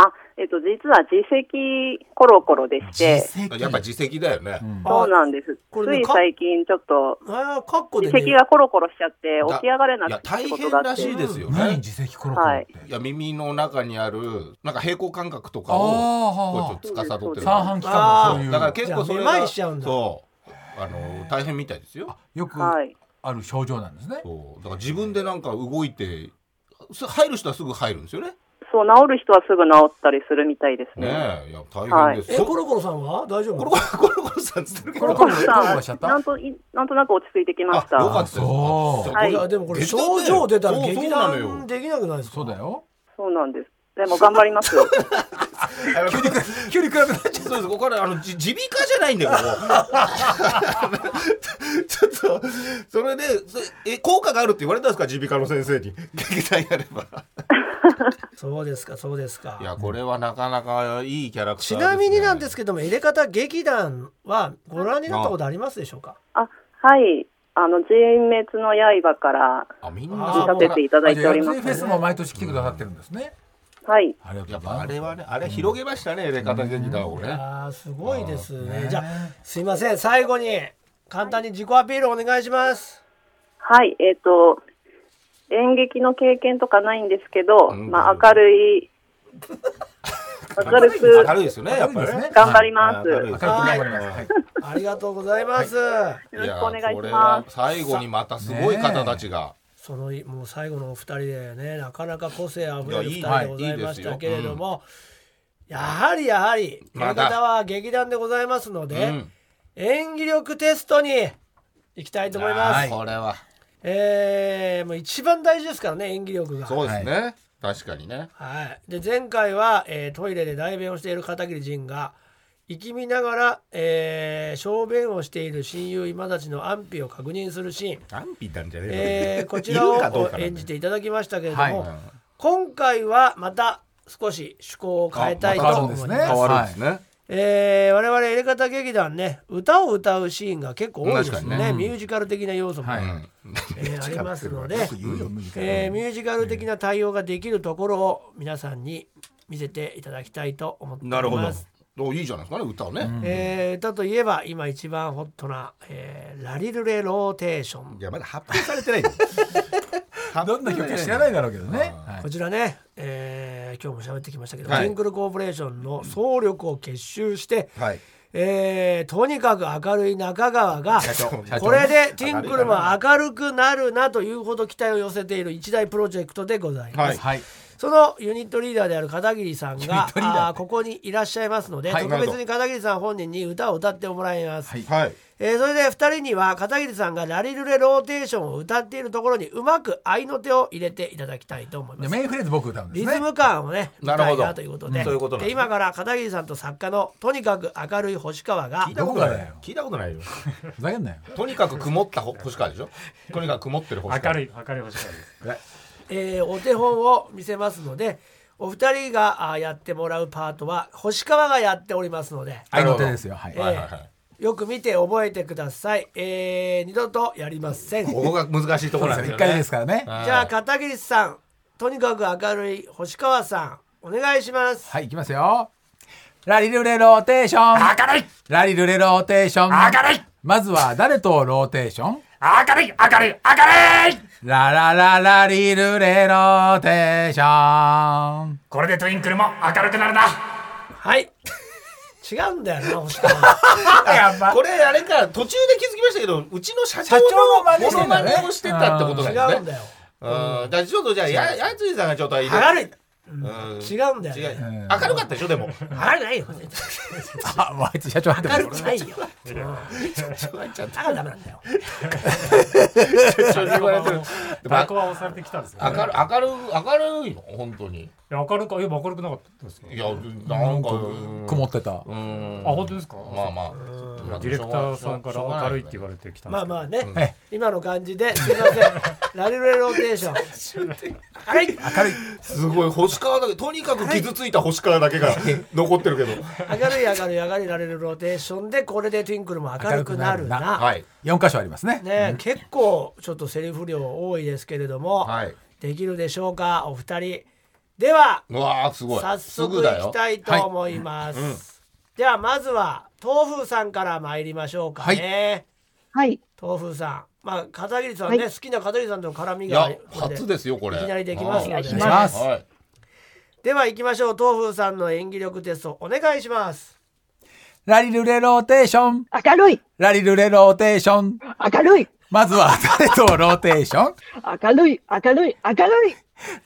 [SPEAKER 6] あ、えっと、実は自責コロコロでして、
[SPEAKER 2] やっぱ自責だよね
[SPEAKER 3] う。ん
[SPEAKER 1] あ
[SPEAKER 6] そうなんです。
[SPEAKER 1] こ
[SPEAKER 6] つ
[SPEAKER 1] れね
[SPEAKER 6] い
[SPEAKER 1] か
[SPEAKER 6] 最近ちょっと、
[SPEAKER 1] ああカッコで
[SPEAKER 6] 自
[SPEAKER 1] ね
[SPEAKER 6] 責がコロコロしちゃって
[SPEAKER 2] だ
[SPEAKER 6] 起き上がれない
[SPEAKER 2] や
[SPEAKER 6] くてっ
[SPEAKER 2] 大
[SPEAKER 6] てこ
[SPEAKER 2] 変
[SPEAKER 6] とがあ
[SPEAKER 2] ら
[SPEAKER 6] って
[SPEAKER 2] しいですよ
[SPEAKER 3] 何
[SPEAKER 2] ね。
[SPEAKER 3] 自責コロコロって。
[SPEAKER 2] いや耳の中にあるなんか平行感覚と
[SPEAKER 3] あ
[SPEAKER 2] か
[SPEAKER 3] あ
[SPEAKER 2] を
[SPEAKER 3] は
[SPEAKER 2] こうちょっと司ってる。
[SPEAKER 3] あはあ。三半規管のそういう。
[SPEAKER 2] だから結構それが
[SPEAKER 1] じゃあめまいしちゃうんだ
[SPEAKER 2] そうあの大変みたいですよ。
[SPEAKER 3] よく
[SPEAKER 6] は
[SPEAKER 3] あ
[SPEAKER 6] い。
[SPEAKER 3] る症状なんですね。
[SPEAKER 2] そうだから自分でなんか動いてす入る人はすぐ入るんですよね。
[SPEAKER 6] そう、治る人はすぐ治ったりするみたいですね。
[SPEAKER 2] ねえいや大変です。
[SPEAKER 1] え
[SPEAKER 2] そう
[SPEAKER 1] コロコロさんは大丈夫
[SPEAKER 2] コロコロコロコロさんっつってるけど。
[SPEAKER 3] コロコ
[SPEAKER 6] コ
[SPEAKER 3] ロ
[SPEAKER 6] ロ
[SPEAKER 3] コロコロしちゃ
[SPEAKER 6] さ
[SPEAKER 3] っ
[SPEAKER 6] ん、
[SPEAKER 3] た
[SPEAKER 6] なんとい、なんとなく落ち着いてきました。
[SPEAKER 2] あよかったです。
[SPEAKER 3] そう
[SPEAKER 6] はい
[SPEAKER 1] いやでもこれ症状出たら
[SPEAKER 2] そう
[SPEAKER 1] 劇
[SPEAKER 2] そうなの
[SPEAKER 1] 団
[SPEAKER 2] よ
[SPEAKER 1] できなくないですか
[SPEAKER 3] そうだよ。
[SPEAKER 6] そうなんです。でも頑張ります。は
[SPEAKER 2] 急に急に暗くなっちゃう。そうです。ここからあのじ耳鼻科じゃないんだよ。ここちょっとそれでそえ効果があるって言われたんですか耳鼻科の先生に。劇団やれば。
[SPEAKER 1] そうですかそうですか
[SPEAKER 2] いやこれはなかなかいいキャラクターです
[SPEAKER 1] ち
[SPEAKER 2] ね。
[SPEAKER 1] なみになんですけども入れ方劇団はご覧になったことありますでしょうか
[SPEAKER 6] い。あの、人滅の刃から
[SPEAKER 2] あみん
[SPEAKER 1] あ
[SPEAKER 2] な
[SPEAKER 1] ーも
[SPEAKER 2] そう
[SPEAKER 6] 見
[SPEAKER 1] う
[SPEAKER 6] 立てていただいており
[SPEAKER 3] あ
[SPEAKER 6] ま
[SPEAKER 3] じゃあ薬。剤
[SPEAKER 6] す
[SPEAKER 3] フェスも毎年来てくださってるんですね。
[SPEAKER 6] はい。
[SPEAKER 3] ありがと
[SPEAKER 2] や
[SPEAKER 3] う
[SPEAKER 2] っ
[SPEAKER 3] ござい
[SPEAKER 2] ぱ
[SPEAKER 3] ま
[SPEAKER 2] あ
[SPEAKER 3] す。
[SPEAKER 2] れはねあれ広げましたね入れ方劇団を
[SPEAKER 1] いや
[SPEAKER 2] ね。
[SPEAKER 1] ーすごいですね
[SPEAKER 3] ね
[SPEAKER 1] じゃあすいません最後に簡単に自己アピールお願いします
[SPEAKER 6] はい。えっ、と、演劇の経験とかないんですけど、
[SPEAKER 2] うん
[SPEAKER 6] まあ、明るい、明るく
[SPEAKER 2] 明るいですよねやっぱり
[SPEAKER 3] 明るいですね
[SPEAKER 6] 頑張ります。
[SPEAKER 2] 明
[SPEAKER 6] よ
[SPEAKER 2] るい
[SPEAKER 3] 明
[SPEAKER 2] で
[SPEAKER 3] る
[SPEAKER 2] すね
[SPEAKER 3] く頑張ります。はい。
[SPEAKER 1] ありがとうございます、
[SPEAKER 6] ろしくお願
[SPEAKER 2] や
[SPEAKER 6] い
[SPEAKER 2] こ
[SPEAKER 6] し
[SPEAKER 2] れ
[SPEAKER 6] ま
[SPEAKER 2] は
[SPEAKER 6] す。
[SPEAKER 2] 最後にまたすごい方たちが。
[SPEAKER 1] そのもう最後のお二人でねなかなか個性あふれる二
[SPEAKER 2] い
[SPEAKER 1] 人
[SPEAKER 2] やいい
[SPEAKER 1] でございまし
[SPEAKER 2] は
[SPEAKER 1] た
[SPEAKER 2] い
[SPEAKER 1] けれども、やはりやはり
[SPEAKER 2] ま
[SPEAKER 1] やり
[SPEAKER 2] だ
[SPEAKER 1] 方は劇団でございますので、
[SPEAKER 2] うん
[SPEAKER 1] 演技力テストに行きたいと思います、
[SPEAKER 2] これは
[SPEAKER 1] えー、もう一番大事ですからね演技力が
[SPEAKER 2] そうですね確かにね。
[SPEAKER 1] はい、で前回は、えートイレで代弁をしている片桐仁が生き見ながら、えー、小便をしている親友今立ちの安否を確認するシーン、
[SPEAKER 2] 何ピなんじゃね
[SPEAKER 1] えーこち
[SPEAKER 2] い
[SPEAKER 1] ら
[SPEAKER 2] るかどう
[SPEAKER 1] を
[SPEAKER 2] かなんだよ
[SPEAKER 1] 演じていただきましたけれども、
[SPEAKER 3] はい
[SPEAKER 2] うん
[SPEAKER 1] 今回はまた少し趣向を変えたいと
[SPEAKER 3] あまた
[SPEAKER 1] 思います
[SPEAKER 3] 変わるんですね
[SPEAKER 2] 変わるんですね。
[SPEAKER 1] えー我々エレカタ劇団ね歌を歌うシーンが結構多いですよ
[SPEAKER 2] 確か
[SPEAKER 1] ね
[SPEAKER 2] にね
[SPEAKER 1] ミュージカル的な要素も、
[SPEAKER 3] はい
[SPEAKER 2] うん
[SPEAKER 1] えーありますので、
[SPEAKER 3] よく言うよ無理から
[SPEAKER 1] えーミュージカル的な対応ができるところを皆さんに見せていただきたいと思っており
[SPEAKER 2] なるほど
[SPEAKER 1] ます。。
[SPEAKER 2] おいいじゃないですかね歌をね。
[SPEAKER 1] えー歌といえば今一番ホットな、えーラリルレローテーション
[SPEAKER 2] い」やまだ発表されてない。
[SPEAKER 3] どんな曲か知らないだろうけどね。はい
[SPEAKER 1] こちらね、えー今日も喋ってきましたけど、
[SPEAKER 2] はい
[SPEAKER 1] ジングルコーポレーションの総力を結集して、
[SPEAKER 2] はい。
[SPEAKER 1] えーとにかく明るい中川が
[SPEAKER 2] 長社長
[SPEAKER 1] これでティンクルも明るくなるなというほど期待を寄せている一大プロジェクトでございます。
[SPEAKER 2] はい
[SPEAKER 3] はい。
[SPEAKER 1] そのユニットリーダーである片桐さんが
[SPEAKER 3] ユニットリーダー
[SPEAKER 1] あーここにいらっしゃいますので、
[SPEAKER 2] はい
[SPEAKER 1] 特別に片桐さん本人に歌を歌ってもらいます、
[SPEAKER 3] はい
[SPEAKER 2] はい。
[SPEAKER 1] えーそれで2人には片桐さんが「ラリルレローテーション」を歌っているところにうまく合いの手を入れていただきたいと思い
[SPEAKER 3] で
[SPEAKER 1] ます
[SPEAKER 3] メインフレーズ僕歌うんで
[SPEAKER 1] リ
[SPEAKER 3] す
[SPEAKER 1] ズ
[SPEAKER 3] ね。
[SPEAKER 1] ム感をね
[SPEAKER 2] なるほど
[SPEAKER 1] 歌いなということで,、
[SPEAKER 2] うんそういうことなん
[SPEAKER 1] で
[SPEAKER 2] ですね
[SPEAKER 1] 今から片桐さんと作家のとにかく明るい星川が
[SPEAKER 2] 聞いたこと
[SPEAKER 3] どこが
[SPEAKER 2] な
[SPEAKER 3] だ
[SPEAKER 2] い
[SPEAKER 3] よ。
[SPEAKER 2] 聞いたことないよ。
[SPEAKER 3] ふざけんなよ。
[SPEAKER 2] とにかく曇ったほ星川でしょ。とにかく曇ってる星
[SPEAKER 4] 明
[SPEAKER 2] 川。
[SPEAKER 4] る
[SPEAKER 2] い。
[SPEAKER 4] い、明るい星川です。
[SPEAKER 1] えーお手本を見せますのでお二人があーやってもらうパートは星川がやっておりますので、
[SPEAKER 3] 愛の手ですよ。はい。
[SPEAKER 1] えー
[SPEAKER 2] はいはいはい。
[SPEAKER 1] よく見て覚えてください、えー、二度とやりません
[SPEAKER 2] ここが難しいところなんです
[SPEAKER 3] 一
[SPEAKER 2] よね。
[SPEAKER 3] 回ですからね。
[SPEAKER 2] はい
[SPEAKER 1] じゃあ片桐さんとにかく明るい星川さんお願いします
[SPEAKER 3] はい、いきますよ。ラリルレローテーション。明るいラリルレローテーション。明るいまずは誰とローテーション
[SPEAKER 2] 明るい明るい明るい。
[SPEAKER 3] ララララリルレローテー ション。
[SPEAKER 4] これでトゥインクルも明るくなるな。
[SPEAKER 1] はい違うんだよな星川
[SPEAKER 2] これあれか途中で気づきましたけどうちの社長
[SPEAKER 3] 社長の真似
[SPEAKER 2] の
[SPEAKER 3] して
[SPEAKER 2] モノ
[SPEAKER 3] んだ
[SPEAKER 2] マ
[SPEAKER 3] ね
[SPEAKER 2] ネをしてたって ことだ
[SPEAKER 1] 違う
[SPEAKER 2] よ
[SPEAKER 1] ん
[SPEAKER 2] ね。
[SPEAKER 1] だよ
[SPEAKER 2] うん。だちょっとじゃあややついさんがちょっと明
[SPEAKER 1] 明るい
[SPEAKER 2] うん
[SPEAKER 1] 違うんだ
[SPEAKER 2] 違
[SPEAKER 1] よ、
[SPEAKER 2] う
[SPEAKER 1] ね、
[SPEAKER 3] ん
[SPEAKER 2] 明るかったでしょで
[SPEAKER 1] 明
[SPEAKER 2] も。
[SPEAKER 1] るくないよ
[SPEAKER 3] あ、もうあいつ社長入って
[SPEAKER 1] 明
[SPEAKER 3] ます
[SPEAKER 1] るくないようんだからダメなんだよ
[SPEAKER 2] 社長に言われてる。でも
[SPEAKER 4] バコは押されてきたんですよ、
[SPEAKER 2] 明る明る明るいの本当に。
[SPEAKER 4] いや明るく、いや、明るくなかったですか。
[SPEAKER 2] いや
[SPEAKER 3] な
[SPEAKER 2] なんん
[SPEAKER 3] か
[SPEAKER 2] か
[SPEAKER 3] 曇ってた。
[SPEAKER 2] うん。
[SPEAKER 4] あ、本当ですか。
[SPEAKER 2] まあまあ。まあ
[SPEAKER 4] ディレクターさんから明るいって言われてきたん
[SPEAKER 1] ま
[SPEAKER 4] で
[SPEAKER 1] すあ
[SPEAKER 4] けど。
[SPEAKER 1] まあね、
[SPEAKER 3] はい
[SPEAKER 1] 今の感じですいませんラリルレローテーションはい
[SPEAKER 3] 明るい。
[SPEAKER 2] すごい星川だけとにかく傷ついた星川だけが残ってるけど。
[SPEAKER 1] 明るい明るい明るいラリルローテーションでこれでティンクルも明るくなるな
[SPEAKER 3] 明るくなる
[SPEAKER 2] はい
[SPEAKER 3] 4箇所ありますね。
[SPEAKER 1] ね、結構ちょっとセリフ量多いですけれども、
[SPEAKER 2] はい
[SPEAKER 1] できるでしょうかお二人では
[SPEAKER 2] うわあすごい
[SPEAKER 1] 早
[SPEAKER 2] す
[SPEAKER 1] 速
[SPEAKER 2] ぐだ
[SPEAKER 1] い
[SPEAKER 2] よ
[SPEAKER 1] きたいと
[SPEAKER 2] は
[SPEAKER 1] 思います、ではまずは豆腐さんから参りましょうかね、
[SPEAKER 5] はい。
[SPEAKER 1] 豆腐さんまあ片桐さんね、
[SPEAKER 5] はい
[SPEAKER 1] 好きな片桐さんとの絡み
[SPEAKER 2] い、い
[SPEAKER 1] が
[SPEAKER 2] や
[SPEAKER 1] これ
[SPEAKER 2] 初ですよこれ
[SPEAKER 1] いきなりできます
[SPEAKER 5] お
[SPEAKER 1] の
[SPEAKER 5] 願い
[SPEAKER 1] で
[SPEAKER 5] し
[SPEAKER 1] ね
[SPEAKER 5] ま
[SPEAKER 3] します
[SPEAKER 2] はい
[SPEAKER 1] では行きましょう豆腐さんの演技力テストお願いします
[SPEAKER 3] ラリルレローテーション。
[SPEAKER 5] 明るい
[SPEAKER 3] ラリルレローテーション。
[SPEAKER 5] 明るい
[SPEAKER 3] まずは誰とローテーション。
[SPEAKER 5] 明るい明るい明るい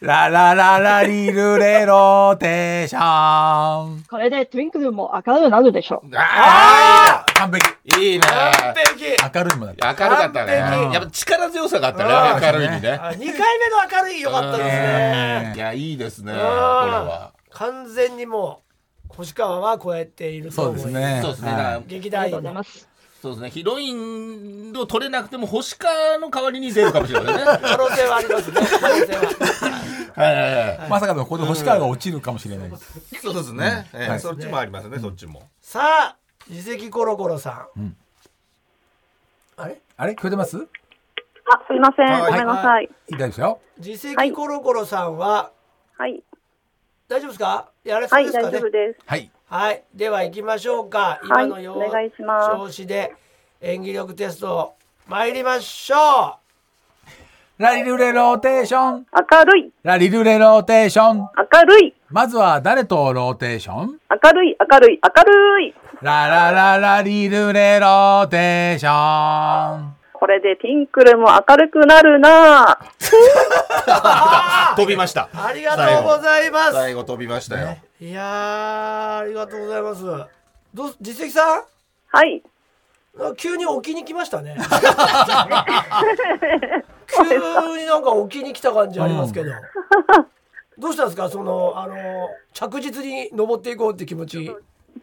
[SPEAKER 3] ララララリルレローテーション。
[SPEAKER 5] これでトゥインクルも明るくなるでしょう。
[SPEAKER 2] あ
[SPEAKER 3] 完璧。
[SPEAKER 2] あいいね
[SPEAKER 1] 完璧
[SPEAKER 3] 明るいもんだった。
[SPEAKER 2] 明るかったね
[SPEAKER 1] 完
[SPEAKER 3] 璧
[SPEAKER 2] やっぱ力強さがあ
[SPEAKER 3] あ
[SPEAKER 2] っ
[SPEAKER 3] ー
[SPEAKER 2] たね明るいにね
[SPEAKER 1] あ二回目の明るい良かったですね
[SPEAKER 2] いやいいですねこれ
[SPEAKER 1] あ
[SPEAKER 2] は
[SPEAKER 1] ー完全にもう星川は超えていると
[SPEAKER 3] そう
[SPEAKER 1] 思います
[SPEAKER 3] ですね。
[SPEAKER 2] そうですね
[SPEAKER 3] はい
[SPEAKER 2] だから
[SPEAKER 1] 劇
[SPEAKER 5] あり
[SPEAKER 1] 団員
[SPEAKER 5] がとうござ
[SPEAKER 1] の
[SPEAKER 5] います。
[SPEAKER 2] そうですねヒロインを取れなくても星川の代わりに出るかもしれないね
[SPEAKER 1] 可能性はありますね可能性は
[SPEAKER 2] はいはいはい
[SPEAKER 3] まさかのここで星川が落ちるかもしれないです。
[SPEAKER 2] そうですね、ええ
[SPEAKER 3] はい
[SPEAKER 2] そっちもありますね、そっちも。
[SPEAKER 1] さあ二席コロコロさん、
[SPEAKER 3] うん
[SPEAKER 1] あれ
[SPEAKER 3] あれ聞こえてますい
[SPEAKER 6] あ、すいませ
[SPEAKER 2] はい
[SPEAKER 6] ん。ごめんなさい。
[SPEAKER 3] いですよ。
[SPEAKER 1] 自席コロコロさんは
[SPEAKER 6] はい。
[SPEAKER 1] 大丈夫ですかやら
[SPEAKER 6] は
[SPEAKER 1] れそ
[SPEAKER 6] い、
[SPEAKER 1] うです
[SPEAKER 6] 大
[SPEAKER 1] か
[SPEAKER 6] 丈
[SPEAKER 1] ね
[SPEAKER 6] 夫です。
[SPEAKER 3] はい。
[SPEAKER 1] はい、では行きましょうか。
[SPEAKER 6] はい
[SPEAKER 1] 今のよう、
[SPEAKER 6] お願いします
[SPEAKER 1] 調子で演技力テスト参りましょ
[SPEAKER 3] ラリルレローテーション。
[SPEAKER 6] 明るい、
[SPEAKER 3] ラリルレローテーション。
[SPEAKER 6] 明るい、
[SPEAKER 3] まずは誰とローテーション
[SPEAKER 6] 明るい、明るい、明るい。
[SPEAKER 3] ララララリルレローテーション。
[SPEAKER 6] これでティンクルも明るくなるなぁ。
[SPEAKER 2] 飛びました。
[SPEAKER 1] う。ありがとうございます。
[SPEAKER 2] 最後飛びましたよ。
[SPEAKER 1] いやー、ありがとうございます。どう実績さん
[SPEAKER 6] はい。
[SPEAKER 1] なんか急に置きに来ました ね。急になんか置きに来た感じありますけど。どうしたんですかその、あの、着実に登っていこうって気持ち。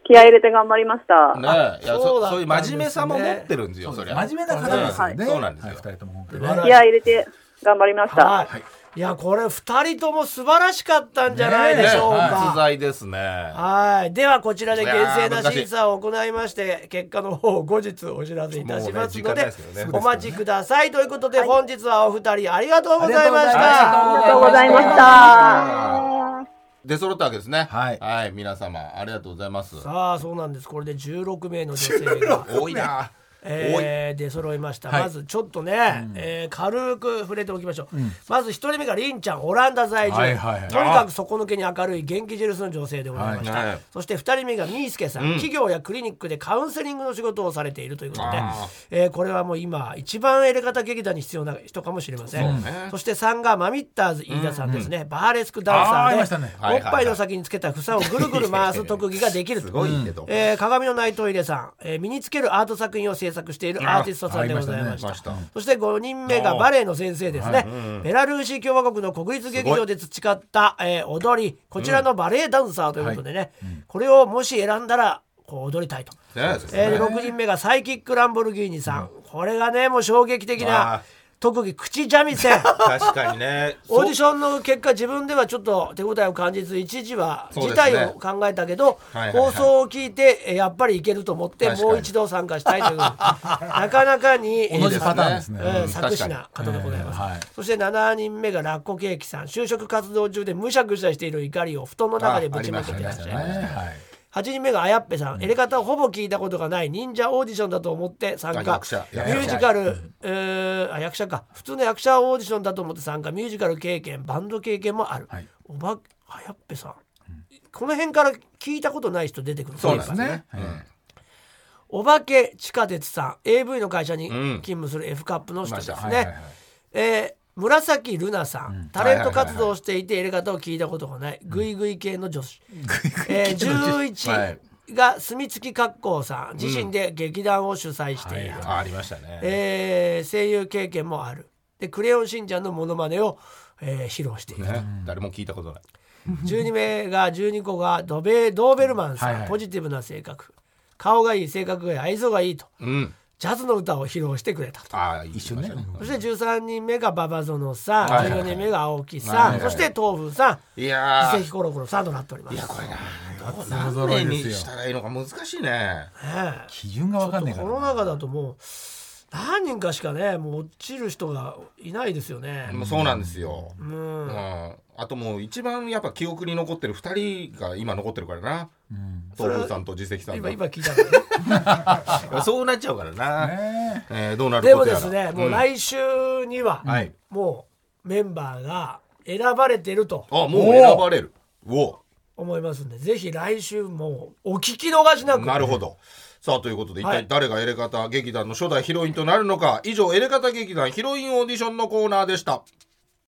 [SPEAKER 6] 気合い入れて頑張りました。
[SPEAKER 2] ねえ、いや
[SPEAKER 1] そう
[SPEAKER 2] そ
[SPEAKER 1] だったんですね
[SPEAKER 2] そういう真面目さも持ってるんですよ、そりゃ。
[SPEAKER 3] 真面目な方ですよね。
[SPEAKER 2] はいそうなんですよ
[SPEAKER 3] はい二人とも今回
[SPEAKER 1] 素晴らしい
[SPEAKER 3] ね。
[SPEAKER 6] 気合い入れて頑張りました。
[SPEAKER 1] はい。いや、これ二人とも素晴らしかったんじゃないでしょう
[SPEAKER 2] ねえ
[SPEAKER 1] か。
[SPEAKER 2] 逸材ですね。
[SPEAKER 1] はい。では、こちらで厳正
[SPEAKER 2] いやー
[SPEAKER 1] な
[SPEAKER 2] 難しい
[SPEAKER 1] 審査を行いまして、結果の方を後日お知らせいたしますの
[SPEAKER 2] もうね時間な
[SPEAKER 1] で、
[SPEAKER 2] いですけどね
[SPEAKER 1] お待ちください。ということで、本日はお二人ありがとうございまし
[SPEAKER 3] あ
[SPEAKER 1] た。
[SPEAKER 6] ありがとうございました。
[SPEAKER 2] 出揃ったわけですね。
[SPEAKER 3] はい
[SPEAKER 2] はい、皆様、ありがとうございます。
[SPEAKER 1] さあ、そうなんです。これで16名の女性が。
[SPEAKER 2] 多いな。
[SPEAKER 1] えー、出揃いました、
[SPEAKER 3] はい
[SPEAKER 1] まずちょっとね、えー軽く触れておきましょう、まず1人目がりんちゃんオランダ在住、
[SPEAKER 3] はいはいはい
[SPEAKER 1] とにかく底抜けに明るい元気印の女性でございました、
[SPEAKER 2] はいはい
[SPEAKER 1] そして2人目がみーすけさん、企業やクリニックでカウンセリングの仕事をされているということで
[SPEAKER 2] あ、
[SPEAKER 1] えーこれはもう今一番エレガタ劇団に必要な人かもしれませんそ,、
[SPEAKER 2] ね
[SPEAKER 1] して3がマミッターズ飯田さんですね、バーレスクダンサ
[SPEAKER 3] あーいまし
[SPEAKER 1] ー
[SPEAKER 3] た
[SPEAKER 1] で
[SPEAKER 3] ね
[SPEAKER 2] は
[SPEAKER 1] お
[SPEAKER 2] いは
[SPEAKER 1] っ
[SPEAKER 2] いはい
[SPEAKER 1] ぱいの先につけた房をぐるぐる回 す特技ができると
[SPEAKER 2] すごいけど。
[SPEAKER 1] えー鏡の内藤入さん、えー身につけるアート作品を制作しているアーティストさんでございました
[SPEAKER 2] あありましたね
[SPEAKER 1] そして5人目がバレエの先生ですね、ベラルーシ共和国の国立劇場で培った、えー踊りこちらのバレエダンサーということでね、これをもし選んだらこう踊りたいと。
[SPEAKER 2] ねそうですね
[SPEAKER 1] えー、6人目がサイキック・ランボルギーニさん、これがねもう衝撃的
[SPEAKER 2] あー
[SPEAKER 1] な特技口三味線
[SPEAKER 2] 確かにね。
[SPEAKER 1] オーディシ
[SPEAKER 2] ョ
[SPEAKER 1] ョ
[SPEAKER 2] ン。
[SPEAKER 1] ンの結果自分ではちょっと手応えを感じず一時は
[SPEAKER 2] そう
[SPEAKER 1] 事
[SPEAKER 2] ですね
[SPEAKER 1] 態を考えたけど、
[SPEAKER 2] はいはいは
[SPEAKER 1] 放
[SPEAKER 2] い
[SPEAKER 1] 送を聞いてえやっぱりいけると思って
[SPEAKER 2] 確かに
[SPEAKER 1] もう一度参加した いというなかなかに
[SPEAKER 3] 同じパターンですね
[SPEAKER 1] えー
[SPEAKER 3] うん
[SPEAKER 1] 作詞な方でございます、
[SPEAKER 3] はい
[SPEAKER 1] そして7人目がラッコケーキさん就職活動中でむしゃくしゃしている怒りを布団の中でぶちまけてらっしゃいました
[SPEAKER 3] はい。
[SPEAKER 1] 8人目があやっぺさん、エレガタをほぼ聞いたことがない忍者オーディションだと思って参加
[SPEAKER 2] あ役者
[SPEAKER 1] ミュージカル、えーあ役者か普通の役者オーディションだと思って参加ミュージカル経験バンド経験もある、
[SPEAKER 3] はい
[SPEAKER 1] おばあやっぺさん、この辺から聞いたことない人出てくる
[SPEAKER 2] そうですね。
[SPEAKER 3] はい
[SPEAKER 1] お化け地下鉄さん AV の会社に
[SPEAKER 2] うん
[SPEAKER 1] 勤務する F カップの人です
[SPEAKER 3] はいはいはい
[SPEAKER 1] ね。えー紫ルナさん、タレント活動をしていてエレガタを聞いたことがない、グイグイ系の女子、えー、
[SPEAKER 2] はい
[SPEAKER 1] 11が墨付格好さん自身で劇団を主催している、
[SPEAKER 2] あありましたね。
[SPEAKER 1] えー声優経験もあるで「クレヨンしんちゃん」のモノマネを、えー披露している、
[SPEAKER 2] ね誰も聞いたことない。
[SPEAKER 1] 12名が12個がドベドーベルマンさん、
[SPEAKER 3] はいはい
[SPEAKER 1] ポジティブな性格顔がいい性格がいい愛想がいいと
[SPEAKER 2] うん。
[SPEAKER 1] ジャズの歌を披露してくれたと。
[SPEAKER 2] ああ、一
[SPEAKER 3] 緒ね
[SPEAKER 1] そして13人目が馬場園さん、
[SPEAKER 2] はいはいは
[SPEAKER 1] 14
[SPEAKER 2] い
[SPEAKER 1] 人目が青木さん、
[SPEAKER 2] はいはい
[SPEAKER 1] そして豆腐さん、
[SPEAKER 2] いや
[SPEAKER 1] 自
[SPEAKER 2] ー
[SPEAKER 1] 席。コロコロさんとなっております。
[SPEAKER 2] いや、これな。どう
[SPEAKER 3] 勢
[SPEAKER 2] 何
[SPEAKER 3] 揃い
[SPEAKER 2] 年
[SPEAKER 3] で
[SPEAKER 2] に
[SPEAKER 3] すよ
[SPEAKER 2] したらいいのか難しいね。
[SPEAKER 1] ねえ
[SPEAKER 3] 基準がわかんない
[SPEAKER 1] ち
[SPEAKER 3] か
[SPEAKER 1] ょっ
[SPEAKER 3] ら
[SPEAKER 1] と
[SPEAKER 3] な。
[SPEAKER 1] この中だとも何人かしかねもう落ちる人がいないですよね。
[SPEAKER 2] もうそうなんですよ、
[SPEAKER 1] う
[SPEAKER 2] うん
[SPEAKER 1] ん
[SPEAKER 2] あともう一番やっぱ記憶に残ってる2人が今残ってるからな
[SPEAKER 3] うん
[SPEAKER 1] それ
[SPEAKER 2] 東風さんと実績さん
[SPEAKER 1] 今
[SPEAKER 2] と
[SPEAKER 1] 今聞いた のね
[SPEAKER 2] そうなっちゃうからな、
[SPEAKER 3] ね
[SPEAKER 2] えーどうなる
[SPEAKER 1] で
[SPEAKER 2] こ
[SPEAKER 1] も
[SPEAKER 2] とや
[SPEAKER 1] で
[SPEAKER 2] ら
[SPEAKER 1] すねもう来週には、
[SPEAKER 2] うんはい
[SPEAKER 1] もうメンバーが選ばれてると
[SPEAKER 2] あもう選ばれるお
[SPEAKER 1] 思いますんでぜひ来週もうお聞き逃しな
[SPEAKER 2] お
[SPEAKER 1] く
[SPEAKER 2] なるほどさあということで一
[SPEAKER 1] は
[SPEAKER 2] 体
[SPEAKER 1] い
[SPEAKER 2] 誰がエレガタ劇団の初代ヒロインとなるのか以上エレガタ劇団ヒロインオーディションのコーナーでした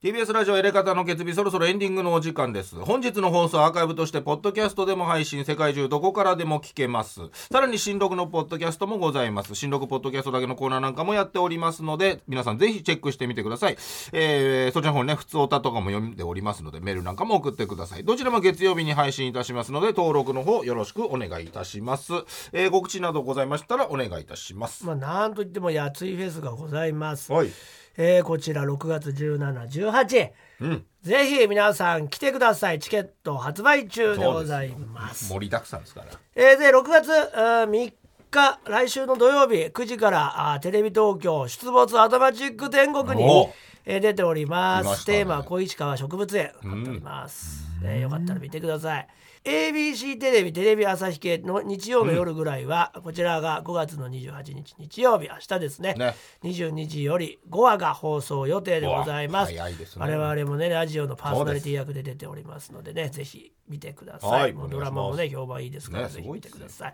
[SPEAKER 2] TBS ラジオエレガタの決日そろそろエンディングのお時間です本日の放送はアーカイブとしてポッドキャストでも配信世界中どこからでも聞けますさらに新録のポッドキャストもございます新録ポッドキャストだけのコーナーなんかもやっておりますので皆さんぜひチェックしてみてください、えーそちらの方ね普通歌とかも読んでおりますのでメールなんかも送ってくださいどちらも月曜日に配信いたしますので登録の方よろしくお願いいたします、えー告知などございましたらお願いいたします
[SPEAKER 1] まあなんといってもやついフェスがございます、
[SPEAKER 2] はい
[SPEAKER 1] えーこちら6月1718
[SPEAKER 2] うん
[SPEAKER 1] ぜひ皆さん来てくださいチケット発売中でございます
[SPEAKER 2] 盛りだくさんですから
[SPEAKER 1] えーで6月3日来週の土曜日9時からあーテレビ東京出没アドマチック天国に
[SPEAKER 2] お、
[SPEAKER 1] えー出ております
[SPEAKER 2] 見ましたね
[SPEAKER 1] テーマは小石川植物園となっております、えーよかったら見てください ABC テレビテレビ朝日系の日曜の夜ぐらいは、こちらが5月の28日日曜日明日ですね
[SPEAKER 2] ね
[SPEAKER 1] 22時より5話が放送予定でございます
[SPEAKER 2] うわ早いですね
[SPEAKER 1] 我々もねラジオのパーソナリティ役で出ておりますのでねぜひ見てください、
[SPEAKER 2] はい
[SPEAKER 1] もうドラマもね評判いいですから、
[SPEAKER 2] ね
[SPEAKER 1] ぜ
[SPEAKER 2] す
[SPEAKER 1] ひ
[SPEAKER 2] ごい
[SPEAKER 1] 見
[SPEAKER 2] で
[SPEAKER 1] て
[SPEAKER 2] すね
[SPEAKER 1] ください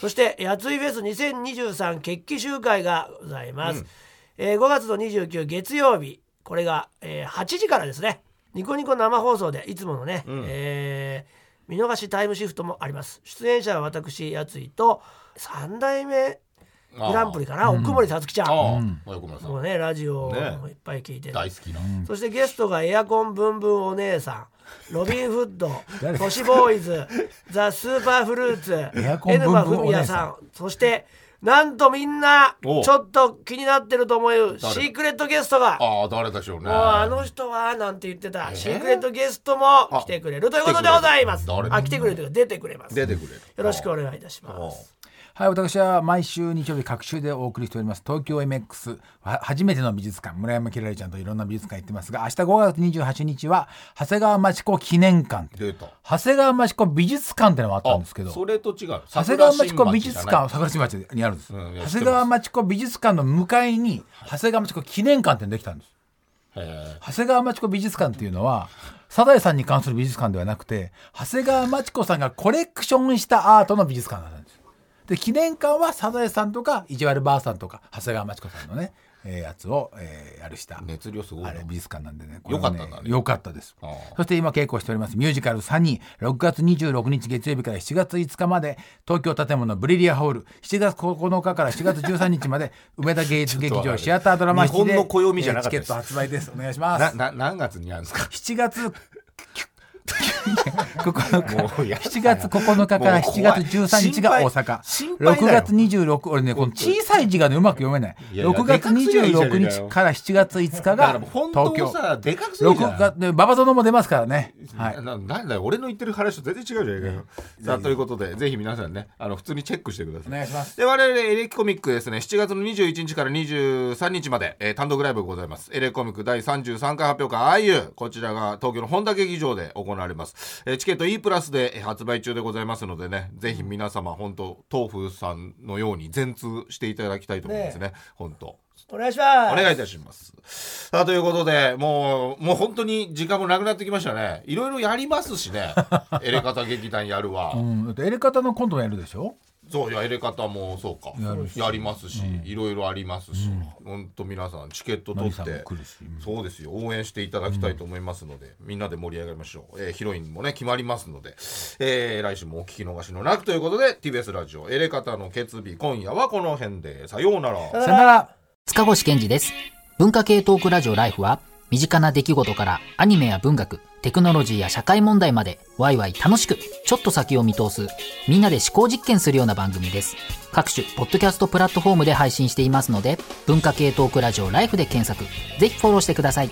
[SPEAKER 1] そして「やついフェス2023決起集会」がございます、えー5月の29月曜日これが、えー8時からですねニコニコ生放送でいつものね、えー見逃しタイムシフトもあります出演者は私やついと3代目グランプリかな奥森さつきちゃん
[SPEAKER 2] ああ、
[SPEAKER 1] も
[SPEAKER 2] あよく村さん
[SPEAKER 1] うねラジオ
[SPEAKER 2] ね
[SPEAKER 1] もいっぱい聞いてる、
[SPEAKER 2] 大好きな、
[SPEAKER 1] そしてゲストがエアコンブンブンお姉さん、ロビンフッド、
[SPEAKER 3] 誰
[SPEAKER 1] 都市ボーイ ズ、ザ・スーパーフルーツ、
[SPEAKER 3] エアコ
[SPEAKER 1] エ
[SPEAKER 3] ン
[SPEAKER 1] ヌ
[SPEAKER 3] ブン
[SPEAKER 1] マ
[SPEAKER 3] ブン
[SPEAKER 1] フ
[SPEAKER 3] お
[SPEAKER 1] ミヤ
[SPEAKER 3] 姉さん
[SPEAKER 1] さん、そしてなんとみんなち
[SPEAKER 2] お
[SPEAKER 1] ょっと気になってると思うシ
[SPEAKER 2] 誰
[SPEAKER 1] ークレットゲストが、も
[SPEAKER 2] ああ誰でしょうね
[SPEAKER 1] うあの人はなんて言ってた、シークレットゲストも来てくれるということでございます。
[SPEAKER 2] あ来てくれる誰だ
[SPEAKER 1] あ、来てくれるというか出てくれます。
[SPEAKER 2] 出
[SPEAKER 1] よ
[SPEAKER 2] てくれる
[SPEAKER 1] ろしくお願いいたします。
[SPEAKER 3] はい、私は毎週日曜日各週でお送りしております東京 MX は初めての美術館村山輝星ちゃんといろんな美術館行ってますが明日5月28日は長谷川町子記念館って
[SPEAKER 2] 出た
[SPEAKER 3] 長谷川町子美術館ってのがあったんですけど
[SPEAKER 2] それと違う
[SPEAKER 3] 長谷川町子美術館桜新町にあるんです、
[SPEAKER 2] うんいや
[SPEAKER 3] 長谷川町子美術館の向かいに長谷川町子記念館ってのできたんです
[SPEAKER 2] へ
[SPEAKER 3] 長谷川町子美術館っていうのはサザエさんに関する美術館ではなくて長谷川町子さんがコレクションしたアートの美術館なんですよで記念館はサザエさんとかいじわるばあさんとか長谷川町子さんのね、えーやつを、えーやるした、
[SPEAKER 2] ー熱量すごい
[SPEAKER 3] あ
[SPEAKER 2] な
[SPEAKER 3] れ美術館なんでね
[SPEAKER 2] よかったんだね
[SPEAKER 3] よかったです
[SPEAKER 2] あ
[SPEAKER 3] そして今稽古しておりますミュージカルサニー6月26日月曜日から7月5日まで東京建物ブリリアホール7月9日から7月13日まで梅田芸術劇場シアタードラマ室
[SPEAKER 2] 日
[SPEAKER 3] で
[SPEAKER 2] 本の暦じゃなかった
[SPEAKER 3] えー
[SPEAKER 2] で
[SPEAKER 3] チ
[SPEAKER 2] す
[SPEAKER 3] ケット発売ですお願いし
[SPEAKER 2] あ
[SPEAKER 3] ます
[SPEAKER 2] なな何月にあるんですか
[SPEAKER 3] 7月9日
[SPEAKER 2] もうやだ
[SPEAKER 3] 7月9日から7月13日が大阪
[SPEAKER 2] 心配
[SPEAKER 3] 6
[SPEAKER 2] 心配だよ
[SPEAKER 3] 月26俺ねこの小さい字がねうまく読めない
[SPEAKER 2] いやいや
[SPEAKER 3] 6月26日から7月5日
[SPEAKER 2] だから
[SPEAKER 3] が
[SPEAKER 2] もう本
[SPEAKER 3] 東
[SPEAKER 2] 当
[SPEAKER 3] 京
[SPEAKER 2] さでかくすぎじゃ
[SPEAKER 3] 6
[SPEAKER 2] ない
[SPEAKER 3] 月で馬場園も出ますからねはい
[SPEAKER 2] ななんだよ俺の言ってる話と全然違うじゃないかよさあということでぜひ皆さんねあの普通にチェックしてください
[SPEAKER 3] お願いします
[SPEAKER 2] で我々エレキコミックですね7月の21日から23日まで、えー単独ライブございますエレキコミック第33回発表会あゆこちらが東京の本田劇場で行われます、えーチケット E プラスでえー発売中でございますのでねぜひ皆様本当東風さんのように全通していただきたいと思いますね本当
[SPEAKER 1] お願いします。
[SPEAKER 2] お願いいたします。さあ、ということで、もう、もう本当に時間もなくなってきましたね。いろいろやりますしね。エレカタ劇団やるわ。
[SPEAKER 3] うん、だってエレカタのコントもやるでしょ
[SPEAKER 2] そう、いやエレカタもそうか。や
[SPEAKER 3] やる
[SPEAKER 2] りますし、いろいろありますし、本当皆さんチケット取っ
[SPEAKER 3] のりさん
[SPEAKER 2] て
[SPEAKER 3] も来るしうん
[SPEAKER 2] そうですよ。応援していただきたいと思いますので、みんなで盛り上がりましょう。えーヒロインもね、決まりますので、えー来週もお聞き逃しのなくということで、TBS ラジオエレカタの決日、今夜はこの辺で、さようなら。
[SPEAKER 3] さよなら
[SPEAKER 7] 塚越健二です。文化系トークラジオライフは、身近な出来事からアニメや文学、テクノロジーや社会問題まで、ワイワイ楽しく、ちょっと先を見通す、みんなで思考実験するような番組です。各種、ポッドキャストプラットフォームで配信していますので、文化系トークラジオライフで検索、ぜひフォローしてください。